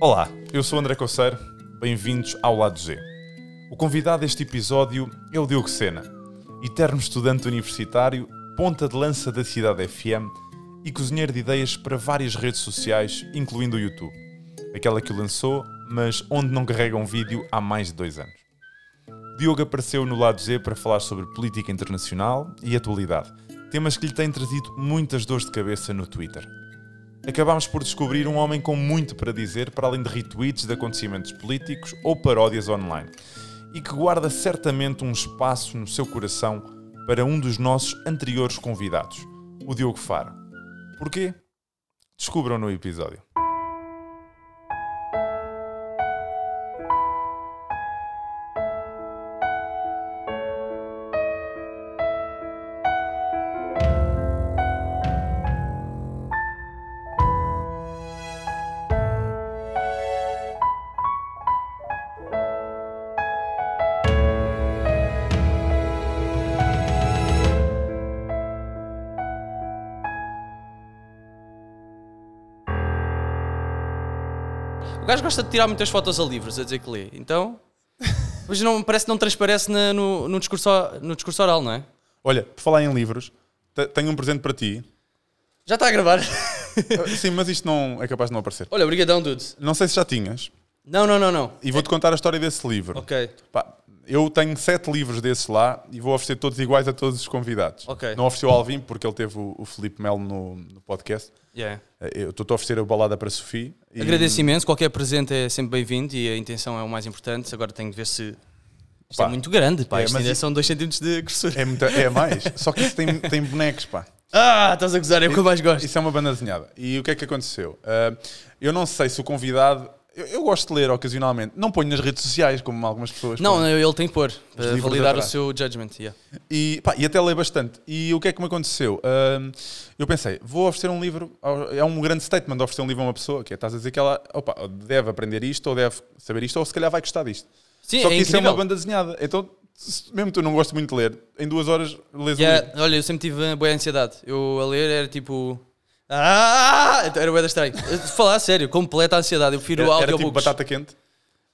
Olá, eu sou André Coceiro, bem-vindos ao Lado G. O convidado deste episódio é o Diogo Sena, eterno estudante universitário, ponta de lança da Cidade FM e cozinheiro de ideias para várias redes sociais, incluindo o YouTube, aquela que o lançou, mas onde não carrega um vídeo há mais de dois anos. Diogo apareceu no Lado Z para falar sobre política internacional e atualidade, temas que lhe têm trazido muitas dores de cabeça no Twitter. Acabámos por descobrir um homem com muito para dizer, para além de retweets de acontecimentos políticos ou paródias online, e que guarda certamente um espaço no seu coração para um dos nossos anteriores convidados, o Diogo Faro. Porquê? Descubram no episódio. O gajo gosta de tirar muitas fotos a livros, a dizer que lê. Então, hoje não, parece que não transparece na- no, no discurso, no discurso oral, não é? Olha, por falar em livros, te- tenho um presente para ti. Já está a gravar. Ah, Sim, mas isto não é capaz de não aparecer. Olha, obrigadão, dude. Não sei se já tinhas, Não, não, não, não. e vou-te contar a história desse livro. Ok. Pá, eu tenho sete livros desses lá e vou oferecer todos iguais a todos os convidados. Ok. Não ofereci ao Alvin porque ele teve o, o Felipe Melo no, no podcast. Yeah. Eh, Eu estou-te a oferecer a balada para a Sofia. e- Agradeço imenso. Qualquer presente é sempre bem-vindo e a intenção é o mais importante. Agora tenho de ver se. Isto é Pá. muito grande, pá. É, Isto mas ainda isso- são 2 centímetros de grossura. É, muita- é mais. Só que isso tem, tem bonecos, pá. Ah, estás a gozar, é o que eu mais gosto. Isso é uma banda desenhada. E o que é que aconteceu? Ah, eu não sei se o convidado. Eu, eu gosto de ler ocasionalmente. Não ponho nas redes sociais, como algumas pessoas. põem. Não, ele tem que pôr é para livros validar o atrás. seu judgment. yeah. E, pá, e até leio bastante. E o que é que me aconteceu? Ahm, eu pensei, vou oferecer um livro. ao- É um grande statement de oferecer um livro a uma pessoa, que é, estás a dizer que ela opa, deve aprender isto, ou deve saber isto, ou se calhar vai gostar disto. Sim, Só que é isso é incrível. uma banda desenhada. Então, se- mesmo tu não gostes muito de ler, em duas horas lês um livro. Yeah, olha, eu sempre tive eh, boa ansiedade. Eu a ler era tipo. Ah! Então Era bué da estranho. Eh, Falar a sério, completa ansiedade. Eu prefiro Era, era tipo audiobooks. batata quente.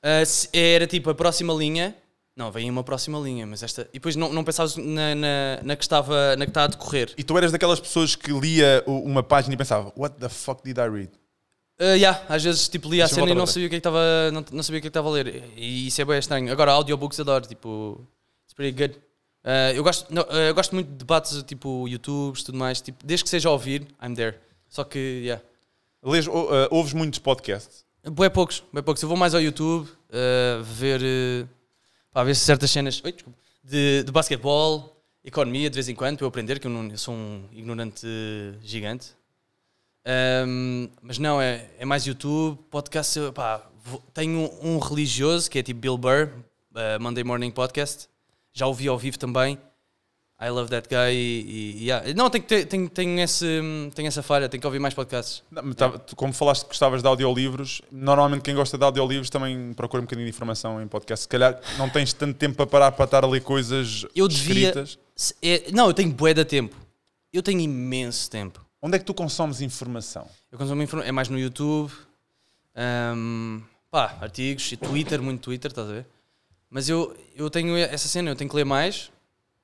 Ah, se- era tipo a próxima linha. Não, vem uma próxima linha, mas esta. E depois não, não pensavas na, na, na que estava na que está a decorrer. E tu eras daquelas pessoas que lia o- uma página e pensava, what the fuck did I read? Ah, yeah, às vezes tipo lia a Deixa-me cena e voltar não atrás. sabia o que é que estava não, não sabia o que é que estava a ler. E isso é bem estranho. Agora audiobooks adoro, tipo, it's pretty good. Ah, eu gosto não, ah, eu gosto muito de debates tipo YouTubes, tudo mais, tipo, desde que seja a ouvir, I'm there. Só que, yeah. Lês, ou- ah, ouves muitos podcasts. Bué poucos, bué poucos. Eu vou mais ao YouTube eh, ver, eh, pá, ver certas cenas Oi, desculpa. de, de basquetebol, economia de vez em quando, para eu aprender, que eu, não, eu sou um ignorante eh, gigante. Ahm, mas não, é, é mais YouTube, podcast. eu, Pá, vou- tenho um, um religioso que é tipo Bill Burr, eh, Monday Morning Podcast. Já ouvi ao vivo também. I love that guy. E, e- yeah. Não, tenho, que ter- tenho, tenho, esse, tenho essa falha, tenho que ouvir mais podcasts. Não, mas tava- tu, como falaste que gostavas de audiolivros, normalmente quem gosta de audiolivros também procura um bocadinho de informação em podcast. Se calhar não tens tanto tempo para parar para estar a ler coisas Eu devia. escritas. se- é- não, eu tenho bué de tempo. Eu tenho imenso tempo. Onde é que tu consomes informação? Eu consumo informa- é mais no YouTube, ahm, pá, artigos e Twitter, muito Twitter, estás a ver? Mas eu, eu tenho essa cena, eu tenho que ler mais.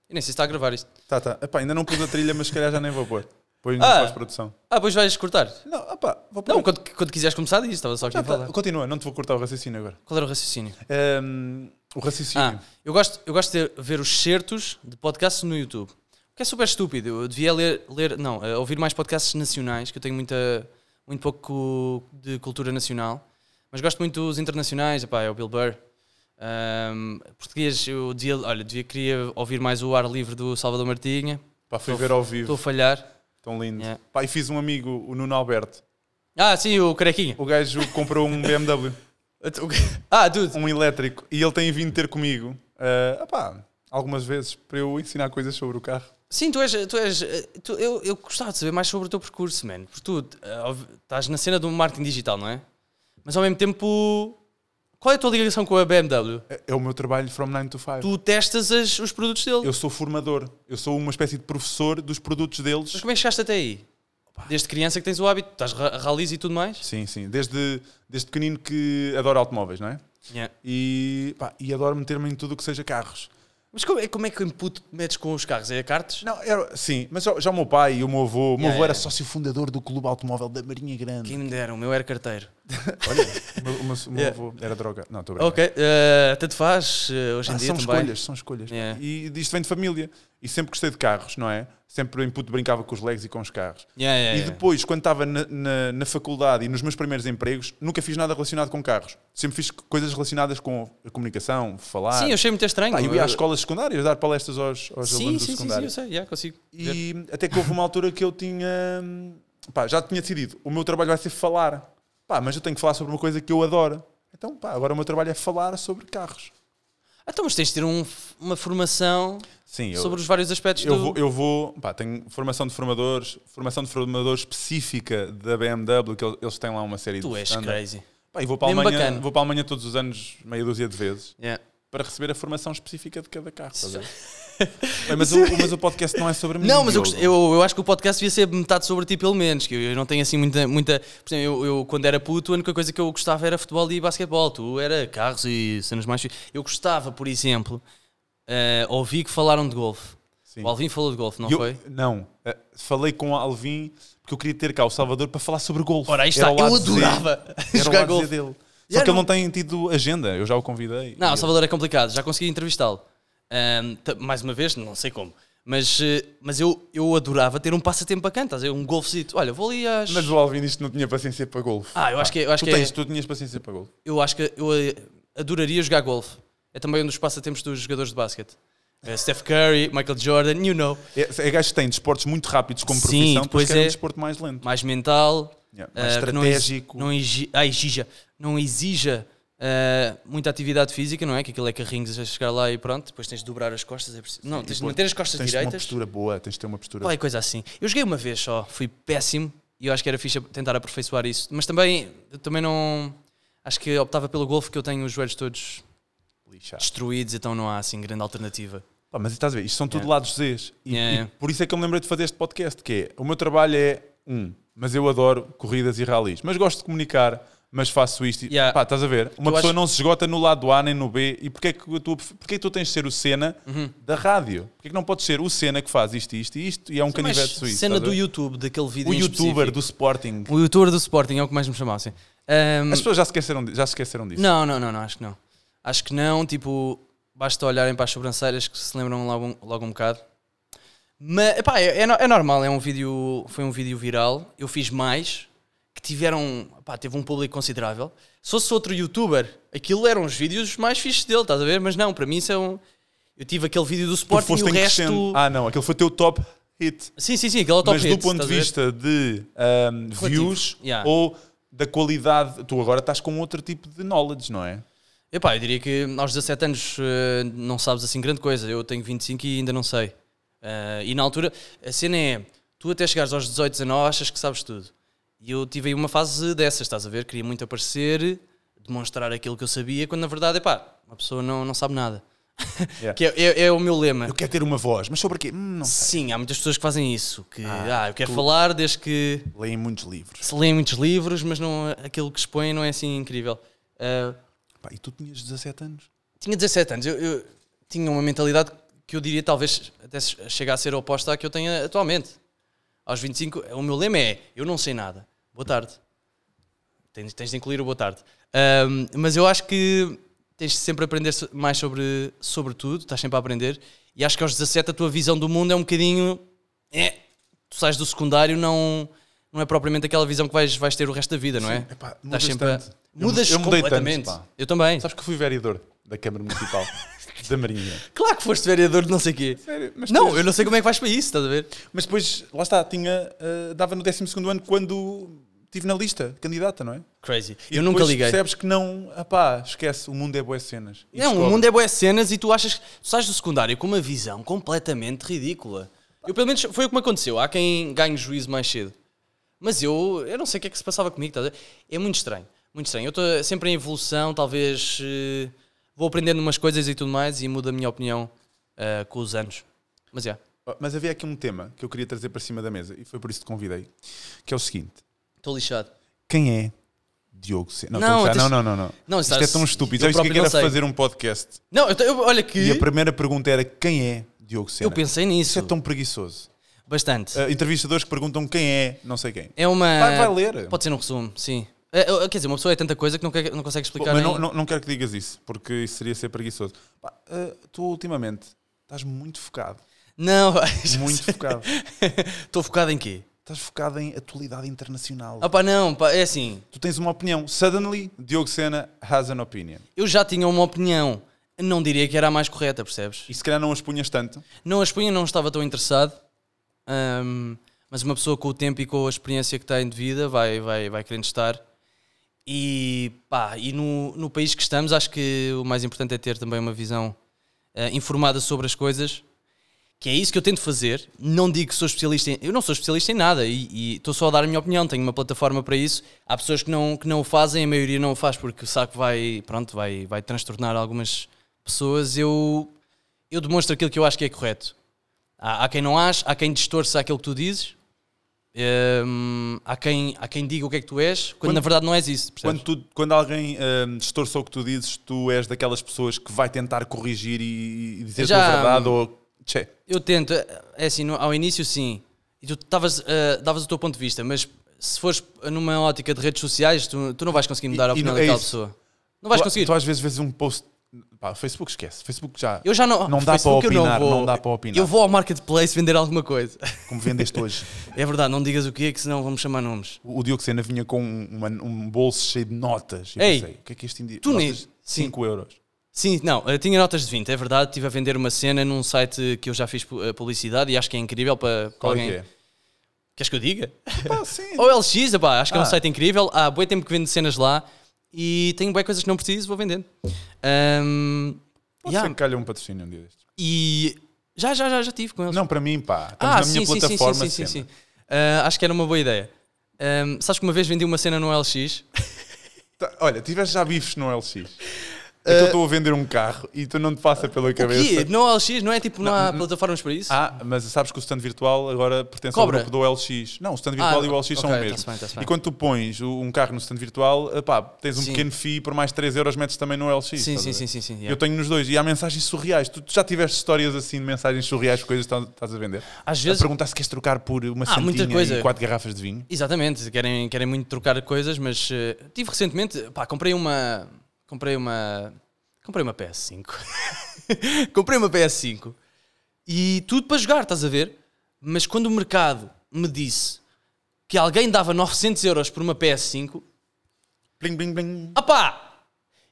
E nem sei se está a gravar isto. Tá, tá. Epá, ainda não pus a trilha, mas se calhar já nem vou pôr. Põe Ah. na pós-produção. Ah, pois vais cortar. Não, epá, vou pôr. Não, quando, quando quiseres começar, diz, estava só aqui Já a tá. falar. Continua, não te vou cortar o raciocínio agora. Qual era o raciocínio? Hum, o raciocínio. Ah, eu gosto, eu gosto de ver os certos de podcasts no YouTube. O que é super estúpido. Eu devia ler, ler não, eh, ouvir mais podcasts nacionais, que eu tenho muita, muito pouco de cultura nacional. Mas gosto muito dos internacionais, epá, é o Bill Burr. Ahm, português, eu devia, olha, devia, queria ouvir mais o ar livre do Salvador Martinha. Pá, fui Tô- ver ao Estou vivo. a falhar. Tão lindo. Yeah. Pá, e fiz um amigo, o Nuno Alberto. Ah, sim, o Carequinha. O gajo comprou um BMW. Então, Ah, dude. um elétrico e ele tem vindo ter comigo ah, opá, algumas vezes para eu ensinar coisas sobre o carro. Sim, tu és. Tu és eh, tu- eu, eu gostava de saber mais sobre o teu percurso, man. Porque tu eh, óbvio, estás na cena do marketing digital, não é? Mas ao mesmo tempo. Qual é a tua ligação com a BMW? É, é o meu trabalho from 9 to 5. Tu testas as- os produtos dele. Eu sou formador, eu sou uma espécie de professor dos produtos deles. Mas como é que chegaste até aí? Desde criança que tens o hábito, estás ra- ralis e tudo mais. Sim, sim. Desde, desde pequenino que adoro automóveis, não é? Yeah. E, pá, e adoro meter-me em tudo o que seja carros. Mas como é, como é que o input metes com os carros? É cartas? Não, era, sim, mas já, já o meu pai e o meu avô, o meu Yeah, avô era yeah. sócio fundador do Clube Automóvel da Marinha Grande. Quem me dera, o meu era carteiro. Olha, o meu, o meu- o meu Yeah. avô era droga. Não, estou a brincar. Ok, eh, tanto faz eh, hoje em Ah, dia são também. escolhas, são escolhas. pá. Yeah. E isto vem de família. E sempre gostei de carros, não é? Sempre em puto brincava com os legs e com os carros. Yeah, yeah, E yeah. depois, quando estava na, na- na faculdade e nos meus primeiros empregos, nunca fiz nada relacionado com carros. Sempre fiz coisas relacionadas com a comunicação, falar. Sim, eu achei muito estranho. Eh, Pá, eu ia às escolas secundárias dar palestras aos, aos Sim, alunos sim, do sim, sim, secundário. eu sei, yeah, consigo. ver. E até que houve uma altura que eu tinha. hum, Pá, já tinha decidido. O meu trabalho vai ser falar. Pá, mas eu tenho que falar sobre uma coisa que eu adoro. Então, pá, agora o meu trabalho é falar sobre carros. Ah, Então, mas tens de ter um- uma formação Sim, eu, sobre os vários aspectos eu do... vou. Eu vou pá, tenho formação de formadores, formação de formadores específica da BMW, que eles- eles têm lá uma série de. Tu és standards. crazy. Pá, e vou para, a Mesmo Alemanha, bacana. vou para a Alemanha todos os anos, meia dúzia de vezes, Yeah. para receber a formação específica de cada carro. estás a ver? Isso- Bem, mas, o, mas o podcast não é sobre mim. Não, mas eu, Diogo. gost- eu, eu acho que o podcast devia ser metade sobre ti, pelo menos. Que eu, eu não tenho assim muita. muita por exemplo, eu, eu, quando era puto, a única coisa que eu gostava era futebol e basquetebol. Tu era carros e cenas mais. fi- Eu gostava, por exemplo, eh, ouvi que falaram de golfe. Sim. O Alvin falou de golfe, não E eu- foi? Não. Eh, Falei com o Alvin porque eu queria ter cá o Salvador para falar sobre golfe. Ora, aí está, Era o eu lado Z. adorava Era jogar o lado Z golfe. dele. Só Yeah, que ele não- não tem tido agenda. Eu já o convidei. Não, E o Salvador é complicado, já consegui entrevistá-lo. Ahm, ta- mais uma vez, não sei como. Mas, eh, mas eu, eu adorava ter um passatempo bacana, estás a ver? Um golfezito. Olha, vou ali às. eu- Mas o Alvin disse que não tinha paciência para golfe. Ah, eu acho que é- eu acho tu, que é- tens, tu tinhas paciência para golfe. Eu acho que eu eh, adoraria jogar golfe. É também um dos passatempos dos jogadores de basquete. Eh, Steph Curry, Michael Jordan, you know. É, é gajo que tem desportos muito rápidos como Sim, profissão, depois depois quer é- um desporto mais lento. Mais mental, Yeah, eh, mais que não exi- estratégico. Não exi- ah, exija. Não exija eh, muita atividade física, não é? Que aquilo é carrinhos a chegar lá e pronto. Depois tens de dobrar as costas. é preciso- Não, tens de pôr- manter as costas tens de ter uma direitas. postura boa, tens de ter uma postura. Qualquer coisa assim. Eu joguei uma vez só, fui péssimo e eu acho que era fixe tentar aperfeiçoar isso. Mas também, eu também não. Acho que optava pelo golfe que eu tenho os joelhos todos lixada. destruídos, então não há assim grande alternativa. Pá, mas estás a ver, isto são tudo Yeah. lados Zs. E, Yeah, e yeah. por isso é que eu me lembrei de fazer este podcast, que é, o meu trabalho é um, mas eu adoro corridas e ralis, mas gosto de comunicar, mas faço isto. e- Yeah. Pá, estás a ver? Uma Eu pessoa acho- não se esgota no lado A nem no B. E porquê é que, a tua- porquê é que tu tens de ser o Cena Uhum. da rádio? Porquê é que não podes ser o Cena que faz isto, isto e isto? E é um Mas canivete suíço. cena estás a do ver? YouTube, daquele vídeo O em youtuber específico. do Sporting. O youtuber do Sporting é o que mais me chamava, assim. Ahm, As pessoas já se esqueceram, di- já se esqueceram disso. não, não, não, não, acho que não. Acho que não, tipo, basta olharem para as sobrancelhas que se lembram logo, um- logo um bocado. Mas, epá, é, é no- é normal, é um vídeo, foi um vídeo viral, eu fiz mais, que tiveram, pá, teve um público considerável. Se fosse outro youtuber, aquilo eram os vídeos mais fixes dele, estás a ver? Mas não, para mim isso é um... Eu tive aquele vídeo do Tu Sporting e foste o em crescendo. resto... Ah, não, aquele foi o teu top hit. Sim, sim, sim, aquele é o top mas hits, do ponto estás de a ver? vista de ahm, views yeah. ou da qualidade, tu agora estás com outro tipo de knowledge, não é? Epá, eu diria que aos 17 anos eh, não sabes assim grande coisa. Eu tenho 25 e ainda não sei. Eh, e na altura, a cena é: tu até chegares aos 18, 19, achas que sabes tudo. E eu tive aí uma fase dessas, estás a ver? Queria muito aparecer, demonstrar aquilo que eu sabia, quando na verdade, epá, uma pessoa não, não sabe nada. Yeah. que é, é- é o meu lema. Eu quero ter uma voz, mas sobre quê? Hum, não sei. Sim, há muitas pessoas que fazem isso. Que, ah, eu quero falar desde que Leem muitos livros. se leem muitos livros, mas não, aquilo que expõem não é assim incrível. Eh, Pá, e tu tinhas 17 anos. Tinha 17 anos, eu, eu tinha uma mentalidade que eu diria talvez até se- chega a ser oposta à que eu tenho atualmente. Aos 25, o meu lema é: eu não sei nada. Boa tarde. Tens, tens de incluir o boa tarde. Ahm, mas eu acho que tens de sempre aprender so- mais sobre, sobre tudo, estás sempre a aprender. E acho que aos 17 a tua visão do mundo é um bocadinho. É, tu sais do secundário, não, não é propriamente aquela visão que vais, vais ter o resto da vida, não é? Epá, mudas Estás sempre a- tanto. Eu- Mudas eu mudei tanto, completamente. pá. eu também. Sabes que fui vereador da Câmara Municipal da Marinha. Claro que foste vereador de não sei quê. Sério? Mas não, tu- eu não sei como é que vais para isso, estás a ver? Mas depois, lá está, tinha, ah, dava no 12 ano quando estive na lista, candidata, não é? Crazy. E eu nunca depois liguei. percebes que não, apá, esquece, o mundo é boas cenas. E Não, o descobres. mundo é boas cenas e tu achas que tu sais do secundário com uma visão completamente ridícula. Eu, pelo menos, foi o que me aconteceu. Há quem ganhe juízo mais cedo. Mas eu, eu não sei o que é que se passava comigo, estás a ver? É muito estranho. Muito estranho. Eu estou sempre em evolução, talvez eh, vou aprendendo umas coisas e tudo mais e mudo a minha opinião eh, com os anos. Mas é. Mas havia aqui um tema que eu queria trazer para cima da mesa e foi por isso que te convidei, que é o seguinte: Estou lixado. quem é Diogo Sena? Não, estou a até- gozar. não, não, não, não. Não, Isto está- é tão estúpido. eu É isto que eu próprio quero não sei. fazer um podcast. Não, eu, te- eu- olha que. E a primeira pergunta era quem é Diogo Sena? Eu pensei nisso. Isso é tão preguiçoso. Bastante. Ah, entrevistadores que perguntam quem é, não sei quem. É uma. Vai, vai ler. Pode ser um resumo, sim. É, é, quer dizer, uma pessoa é tanta coisa que não, quer- não consegue Pô, explicar. mas nem- não, não, não quero que digas isso, porque isso seria ser preguiçoso. Pá, ah, tu ultimamente estás muito focado. Não, Muito focado. Estou focado em quê? Estás focado em atualidade internacional. Ah pá, não, pá, é assim. Tu tens uma opinião. Suddenly, Diogo Sena has an opinion. Eu já tinha uma opinião. Não diria que era a mais correta, percebes? E se calhar não as punhas tanto. Não a Espanha não estava tão interessado, hum, mas uma pessoa com o tempo e com a experiência que tem de vida vai, vai, vai querendo estar. E pá, e no, no país que estamos, acho que o mais importante é ter também uma visão eh, informada sobre as coisas, que é isso que eu tento fazer. Não digo que sou especialista em. Eu não sou especialista em nada e e estou só a dar a minha opinião. Tenho uma plataforma para isso. Há pessoas que não, que não o fazem, a maioria não o faz porque o saco vai, pronto, vai, vai transtornar algumas pessoas. Eu, eu demonstro aquilo que eu acho que é correto. Há, há quem não acha, há quem distorça aquilo que tu dizes. hum, há, quem, há quem diga o que é que tu és, quando, Quando- na verdade não és isso. percebes? Quando, tu- quando alguém hum, distorce o que tu dizes, tu és daquelas pessoas que vai tentar corrigir e, e dizer Já, a verdade hum, ou. Tchê. Eu tento, é assim, no- ao início sim, e tu tavas, eh, davas o teu ponto de vista, mas se fores numa ótica de redes sociais, tu, tu não vais conseguir E- mudar a e opinião não- é daquela isso. pessoa. Não vais tu, conseguir. Tu às vezes vês um post. Pá, Facebook esquece. Facebook já. eu já não. Não dá Facebook para eu opinar, vou. não dá para opinar. Eu vou ao marketplace vender alguma coisa. Como vendeste hoje. é verdade, não digas o que é, que senão vamos chamar nomes. O o Diogo Sena vinha com uma- um bolso cheio de notas. Eu Ei, pensei, o que é que este indivíduo. tu nem- sim. 5 euros. Sim, não, eu tinha notas de 20, é verdade. Estive a vender uma cena num site que eu já fiz pu- eh, publicidade e acho que é incrível para, para Qual é alguém. Oh, que é? Queres que eu diga? Pá, sim. Ou LX, epá, acho que é Ah. um site incrível. Há boi tempo que vendo cenas lá e tenho boi coisas que não preciso, vou vendendo. Ahm, Pode yeah, ser que calha um patrocínio um dia destes. E já, já, já, já tive com eles. Não, para mim, pá. Estamos ah, na minha sim, sim, sim, plataforma. sim, sim, sim, Sena. sim. Ah, acho que era uma boa ideia. Ahm, sabes que uma vez vendi uma cena no LX? Tá, Olha, tiveste já bifes no LX. Então estou a vender um carro e tu não te passa pela Que? cabeça. No LX, Eh, não é tipo, não, há plataformas para isso? Ah, mas sabes que o stand virtual agora pertence Cobra. ao grupo do LX. Não, o stand virtual Ah, e o LX são o ok, mesmo. tá-se bem, tá-se bem. e quando tu pões o- um carro no stand virtual, eh, pá, tens um Sim. pequeno fee por mais 3 euros metes também no LX. sim, estás a sim, ver? sim, sim, sim. yeah. Eu tenho nos dois. E há mensagens surreais. Tu, tu já tiveste histórias assim de mensagens surreais, de coisas que estás- estás a vender? Às A vezes, perguntar se queres trocar por uma Ah, muita santinha coisa. e quatro garrafas de vinho. Exatamente, querem, querem muito trocar coisas, mas eh, tive recentemente, pá, comprei uma. Comprei uma. Comprei uma PS5. comprei uma PS5 e tudo para jogar, estás a ver? Mas quando o mercado me disse que alguém dava 900 euros por uma PS5, Bling, bling, bling. ah pá!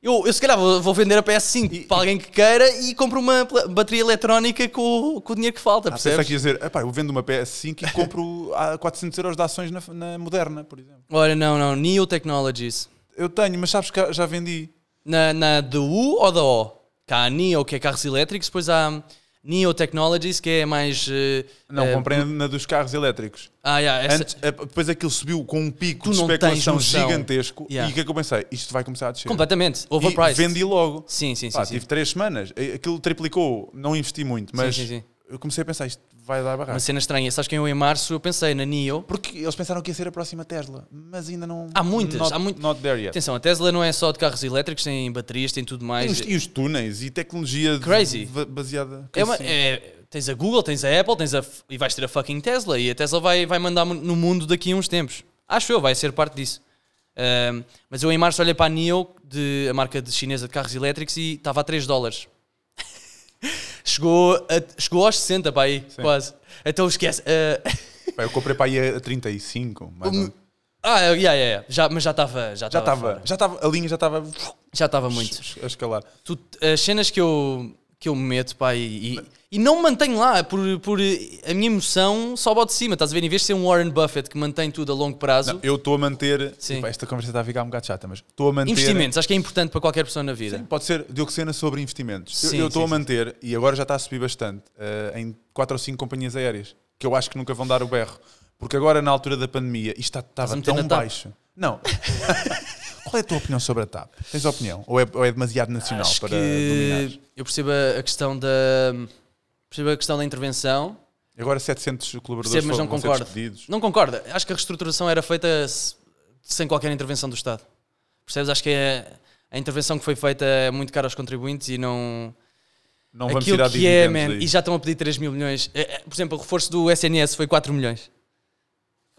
Eu, eu se calhar vou, vou vender a PS5 para alguém que queira e compro uma pla- bateria eletrónica com, o- com o dinheiro que falta, Pensava percebes? que ia dizer, "Epá, eu vendo uma PS5 e compro a 400 euros de ações na, na Moderna, por exemplo. Olha, não, não, Neo Technologies. Eu tenho, mas sabes que já vendi. Na, na da U ou da O? Cá há a NIO, que é carros elétricos, depois há NIO Technologies, que é mais. eh, Não, eh, comprei na dos carros elétricos. Ah, yeah, essa- Antes, eh, depois aquilo subiu com um pico Tu de não tens especulação noção. gigantesco. Yeah. E o que é que eu pensei? Isto vai começar a descer. completamente. E Overpriced. vendi logo. Sim, sim, sim. Pá, sim. tive três semanas. Eh, Aquilo triplicou. Não investi muito, mas Ah. sim, sim. eu comecei a pensar, isto vai dar barraco. Uma cena estranha. Sabes que eu em março eu pensei na NIO. Porque eles pensaram que ia ser a próxima Tesla, mas ainda não. Há muitas, not, há muito- Not there yet. Atenção, a Tesla não é só de carros elétricos, tem baterias, tem E tudo mais. os, e os túneis e tecnologia de- Crazy. va- baseada. É uma- Sim. é- tens a Google, tens a Apple, tens a, f- e vais ter a fucking Tesla. E a Tesla vai, vai mandar mu- no mundo daqui a uns tempos. Acho eu, vai ser parte disso. Ahm, mas eu em março olhei para a NIO, de, a marca de chinesa de carros elétricos, e estava a 3 dólares. chegou, a- chegou aos 60, pá, aí, quase. Então esquece. ah, Pá, eu comprei para aí a 35, mais ou menos. ah, yeah, yeah, yeah. Já, mas já estava. Já já estava. estava, fora. já estava, a linha já estava Já estava muito. a escalar. Tu- as cenas que eu, que eu me meto, pá, e, e, e não me mantenho lá, por, por eh, a minha emoção sobe ao de cima, estás a ver? Em vez de ser um Warren Buffett que mantém tudo a longo prazo, Eu estou a manter. Sim. Epá, esta conversa está a ficar um bocado chata, mas estou a manter. investimentos, acho que é importante para qualquer pessoa na vida. Pode ser Diocesana sobre investimentos. Eu- Sim, eu estou sim, a sim. manter, e agora já está a subir bastante, eh, em 4 ou 5 companhias aéreas, que eu acho que nunca vão dar o berro. Porque agora, na altura da pandemia, isto está- a estava meter tão na TAP? baixo. Não. Qual é a tua opinião sobre a TAP? Tens opinião? Ou é, ou é demasiado nacional acho para que dominar? eu percebo a, a questão da percebo a questão da intervenção Agora 700 colaboradores Percebo, mas foram, não vão ser concordo. despedidos. Não concordo. Acho que a reestruturação era feita se- sem qualquer intervenção do Estado. Percebes? Acho que é- a intervenção que foi feita é muito cara aos contribuintes e não. Não vamos aquilo tirar que é, dividendos man, daí. e já estão a pedir 3 mil milhões. É, é, Por exemplo, o reforço do SNS foi 4 milhões.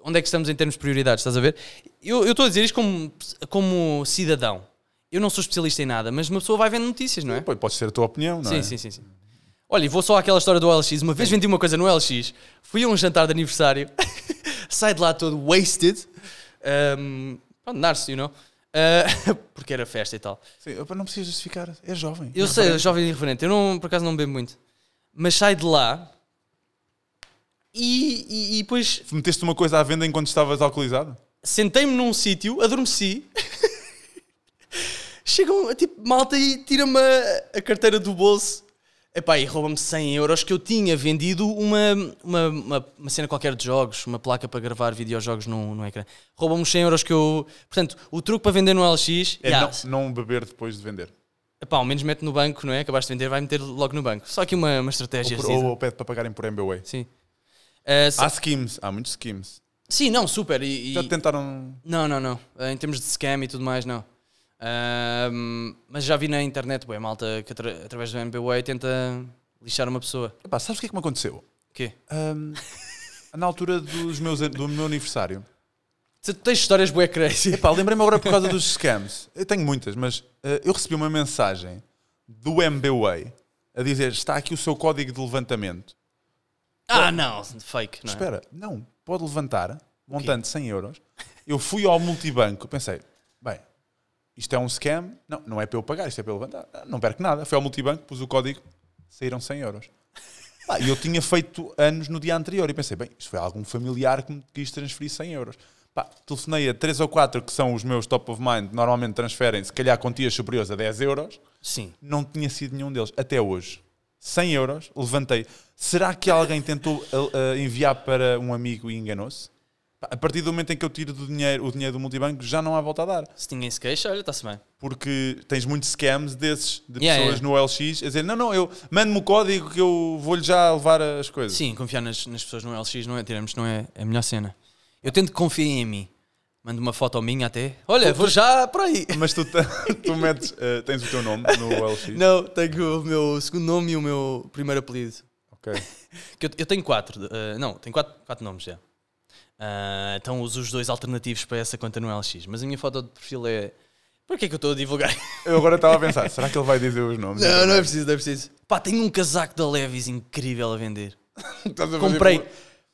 Onde é que estamos em termos de prioridades? Estás a ver? Eu eu estou a dizer isto como, como cidadão. Eu não sou especialista em nada, mas uma pessoa vai vendo notícias, não é? Pô, Pode ser a tua opinião, não sim, é? sim, sim, sim. Olha, e vou só àquela história do LX. Uma vez vendi uma coisa no LX, fui a um jantar de aniversário, saí de lá todo wasted, um, pronto, narce, you know, uh, porque era festa e tal. Sim, opa, não precisas justificar, é jovem. Eu sei, eu jovem irreverente, eu não, por acaso não bebo muito, mas saio de lá e, e, e depois Meteste uma coisa à venda enquanto estavas alcoolizado? sentei-me num sítio, adormeci. Chegam, tipo, malta e tira-me a, a carteira do bolso. Epá, e rouba-me 100 euros que eu tinha vendido uma, uma, uma, uma cena qualquer de jogos, uma placa para gravar videojogos no, no ecrã. Rouba-me os 100 euros que eu... Portanto, o truque para vender no LX... É yeah, não, não beber depois de vender. epá, ao menos mete no banco, não é? Acabaste de vender, vai meter logo no banco. Só aqui uma, uma estratégia. Ou, por- Sim. ou pede para pagarem por MBWay. Sim. Ah, se- Há schemes, há muitos schemes. Sim, não, super. E, e- Já tentaram. Não, não, não. Eh, Em termos de scam e tudo mais, não. Ahm, mas já vi na internet, bem, malta que atra- através do MBWay tenta lixar uma pessoa. Epá, sabes o que é que me aconteceu? O quê? Ahm, na altura dos meus, do meu aniversário. Tu tens histórias bué crazy. Epá, lembrei-me agora por causa dos scams. Eu tenho muitas, mas eh, eu recebi uma mensagem do MBWay a dizer: está aqui o seu código de levantamento. Ah, não, fake, não é? Espera, não, pode levantar, montante 100 euros. Eu fui ao multibanco, pensei, bem, isto é um scam, não, não é para eu pagar, isto é para eu levantar, Ah, não perco nada. Fui ao multibanco, pus o código, saíram 100 euros. Pá, E eu tinha feito anos no dia anterior e pensei, bem, isto foi algum familiar que me quis transferir 100 euros. Pá, telefonei a 3 ou 4 que são os meus top of mind, normalmente transferem, se calhar quantias superiores a 10 euros Sim. não tinha sido nenhum deles até hoje. 100 euros, levantei. Será que alguém tentou a- a enviar para um amigo e enganou-se? Pá, A partir do momento em que eu tiro do dinheiro, o dinheiro do multibanco, já não há volta a dar. Se ninguém se queixa, olha, está-se bem. Porque tens muitos scams desses, de Yeah, pessoas no LX, a dizer: não, não, eu mando-me o código que eu vou-lhe já levar as coisas. Sim, confiar nas, nas pessoas no LX não é, tiramos, não é a melhor cena. Eu tento que confiem em mim. Mando uma foto minha até. Olha, vou já para aí. Mas tu, te- tu metes, eh, tens o teu nome no LX. Não, tenho o meu segundo nome e o meu primeiro apelido. Ok. Que eu, eu tenho quatro, de- eh, não, tenho quatro, quatro nomes já. Ah, então uso os dois alternativos para essa conta no LX, mas a minha foto de perfil é. Para que é que eu estou a divulgar? Eu agora estava a pensar: será que ele vai dizer os nomes? não, não é preciso, não é preciso. Pá, tenho um casaco da Levis incrível a vender. Estás a fazer Comprei pub-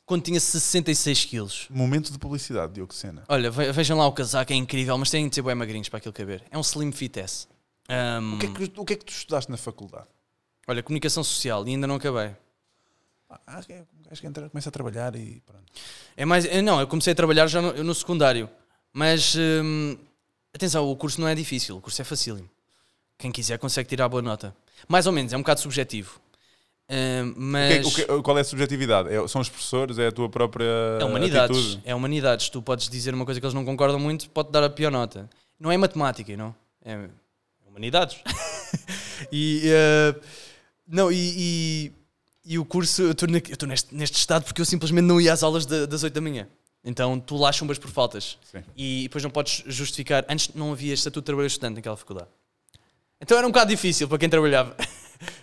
quando tinha 66 quilos. Momento de publicidade, Diogo Sena. Olha, ve- vejam lá o casaco, é incrível, mas têm de ser bem magrinhos para aquilo caber. É um Slim Fit S. Ahm, O que, é que, o que é que tu estudaste na faculdade? Olha, comunicação social, e ainda não acabei. Ah, é um gajo que entra, começa a trabalhar e pronto. É mais, eu não, eu comecei a trabalhar já no, no secundário. Mas hum, atenção, o curso não é difícil, o curso é facílimo. Quem quiser consegue tirar boa nota. Mais ou menos, é um bocado subjetivo. Hum, O que é mas que- o que- qual é a subjetividade? É- são os professores? É a tua própria é humanidades. atitude? É humanidades. Tu podes dizer uma coisa que eles não concordam muito, pode dar a pior nota. Não é matemática, não? É humanidades. e eh, não, e, e, e o curso, eu estou neste, neste estado porque eu simplesmente não ia às aulas da- das 8 da manhã. Então tu lá chumbas por faltas. Sim. E depois não podes justificar. Antes não havia estatuto de trabalho estudante naquela faculdade. Então era um bocado difícil para quem trabalhava.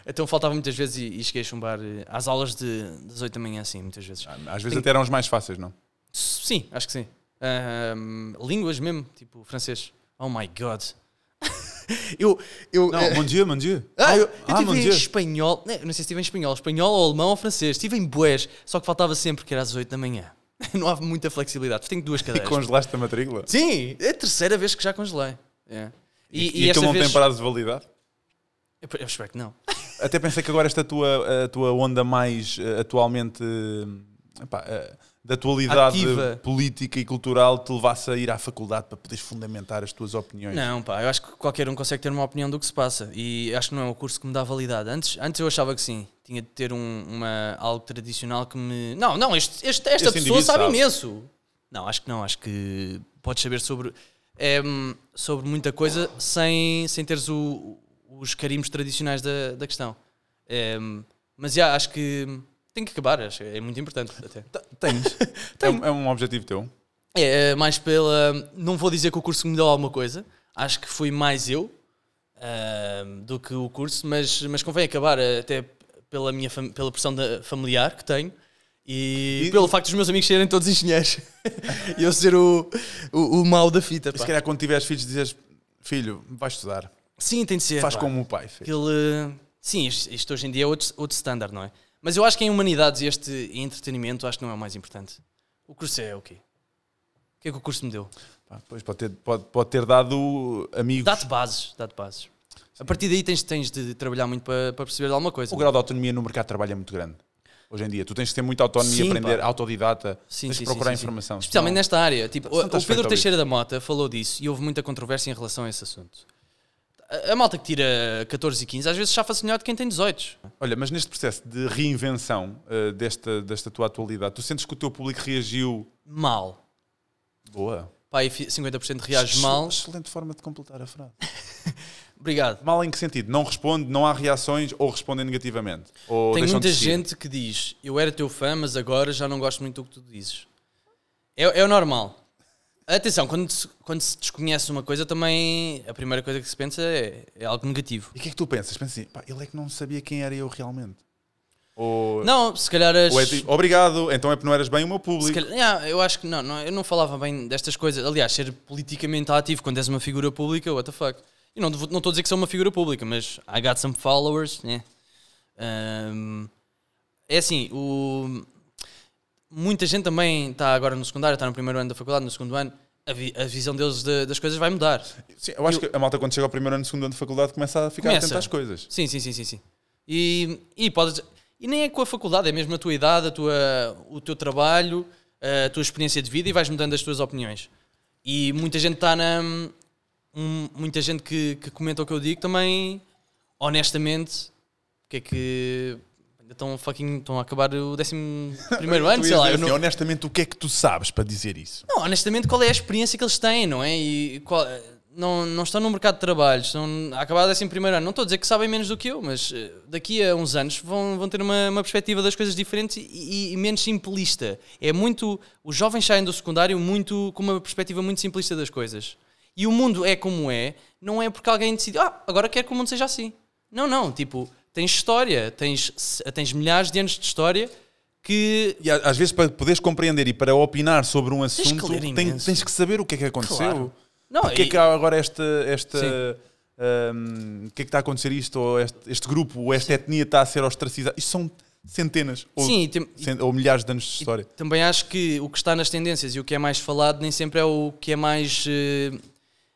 Então faltava muitas vezes e, e cheguei a chumbar eh, às aulas de, das 8 da manhã, assim, muitas vezes. Às vezes até eram os mais fáceis, não? Sim, acho que sim. Ahm, línguas mesmo, tipo francês. Oh my god. eu. eu Não, eh, bom dia, bom dia. ah, eu, ah, estive bom em dia. espanhol. né, Não, eu não sei se estive em espanhol, espanhol ou alemão ou francês. Estive em boés, só que faltava sempre que era às 8 da manhã. não há muita flexibilidade. Tenho duas E cadeiras. congelaste a matrícula? Sim, é a terceira vez que já congelei. É. E, E, e esta aquilo não vez. tem prazo de validade? Eu, eu espero que não. Até pensei que agora esta tua, a tua onda mais eh, atualmente eh, epá, eh, de atualidade Ativa. política e cultural te levasse a ir à faculdade para poderes fundamentar as tuas opiniões. Não, pá, eu acho que qualquer um consegue ter uma opinião do que se passa e acho que não é o curso que me dá validade. Antes, antes eu achava que sim, tinha de ter um, uma, algo tradicional que me. Não, não, este, este- esta Este pessoa indivíduo sabe, sabe. imenso. Não, acho que não, acho que podes saber sobre, é, hum, sobre muita coisa sem, sem teres o- os carimbos tradicionais da, da questão. É, hum, mas Ehm, já, acho que tem que acabar, acho que é muito importante até. Tens. é, um, é um objetivo teu. É, é, mais pela. Não vou dizer que o curso me deu alguma coisa, acho que fui mais eu ahm, do que o curso, mas, mas convém acabar eh, até pela, minha fam- pela pressão da- familiar que tenho e, E- pelo facto dos meus amigos serem todos engenheiros e eu ser o, o, o mau da fita. Se Pá. calhar quando tiveres filhos dizes, filho, vai estudar. Sim, tem de ser. Faz É pá. como o pai fez. Aquele. Sim, isto isto hoje em dia é outro, outro standard, não é? Mas eu acho que em humanidades este entretenimento acho que não é o mais importante. O curso é o quê? O que é que o curso me deu? Pá, pois pode ter, pode, pode ter dado amigos. Dá-te bases, dá-te bases. A partir daí tens, tens de trabalhar muito para, para perceber alguma coisa. O grau de autonomia no mercado de trabalho é muito grande. Hoje em dia, tu tens de ter muita autonomia, Sim, aprender pá. autodidata, Sim, tens de sim, procurar sim, sim, sim. informação. Especialmente senão- nesta área. Tipo, o, não estás o Pedro feito Teixeira da Mota falou disso e houve muita controvérsia em relação a esse assunto. A, a malta que tira 14 e 15 às vezes já faz melhor de quem tem 18. Olha, mas neste processo de reinvenção eh, desta, desta tua atualidade, tu sentes que o teu público reagiu Mal. boa? Pá, e fi- 50% reage Ex- mal. Excelente forma de completar a frase. Obrigado. Mal em que sentido? Não responde, não há reações ou respondem negativamente? Ou Tem deixam muita de seguir? gente que diz: Eu era teu fã, mas agora já não gosto muito do que tu dizes. É, é o normal. Atenção, quando se, quando se desconhece uma coisa, também a primeira coisa que se pensa é, é algo negativo. E o que é que tu pensas? Pensas assim, pá, ele é que não sabia quem era eu realmente. Ou, Não, se calhar as. ou é tipo, obrigado, então é porque não eras bem o meu público. se calhar- Yeah, eu acho que não, não, eu não falava bem destas coisas. Aliás, ser politicamente ativo quando és uma figura pública, what the fuck. E não devo- não estou a dizer que sou uma figura pública, mas I got some followers, né? Ahm, é assim, o, muita gente também está agora no secundário, está no primeiro ano da faculdade, no segundo ano, a, vi- a visão deles da- das coisas vai mudar. Sim, eu acho que a malta quando chega ao primeiro ano, segundo ano de faculdade começa a ficar Começa. atenta às coisas. Sim, sim, sim, sim, sim. E, e podes. E nem é com a faculdade, é mesmo a tua idade, a tua, o teu trabalho, a tua experiência de vida e vais mudando as tuas opiniões. E muita gente está na. um- muita gente que, que comenta o que eu digo também, honestamente, que é que. ainda Estão fucking. Estão a acabar o 11 primeiro ano, Tu sei ias lá. dizer eu assim, não- Honestamente, o que é que tu sabes para dizer isso? não, honestamente, qual é a experiência que eles têm, não é? E qual- não, não estão no mercado de trabalho, estão a acabar assim primeiro ano. Não estou a dizer que sabem menos do que eu, mas eh, daqui a uns anos vão, vão ter uma, uma perspectiva das coisas diferente e, e menos simplista. É muito. Os jovens saem do secundário muito com uma perspectiva muito simplista das coisas. E o mundo é como é, não é porque alguém decidiu, ah, agora quero que o mundo seja assim. Não, não, tipo, tens história, tens, tens milhares de anos de história que E a- às vezes, para poderes compreender e para opinar sobre um que assunto, ler tem- tens, imenso. que saber o que é que aconteceu. Claro. Não, Porque é e- que há agora esta. esta Sim. hum, o que é que está a acontecer isto? Ou este, este grupo, ou esta etnia está a ser ostracizada? Isto são centenas ou, Sim, e tem- cent- ou milhares de anos de história. Também acho que o que está nas tendências e o que é mais falado nem sempre é o que é mais, eh,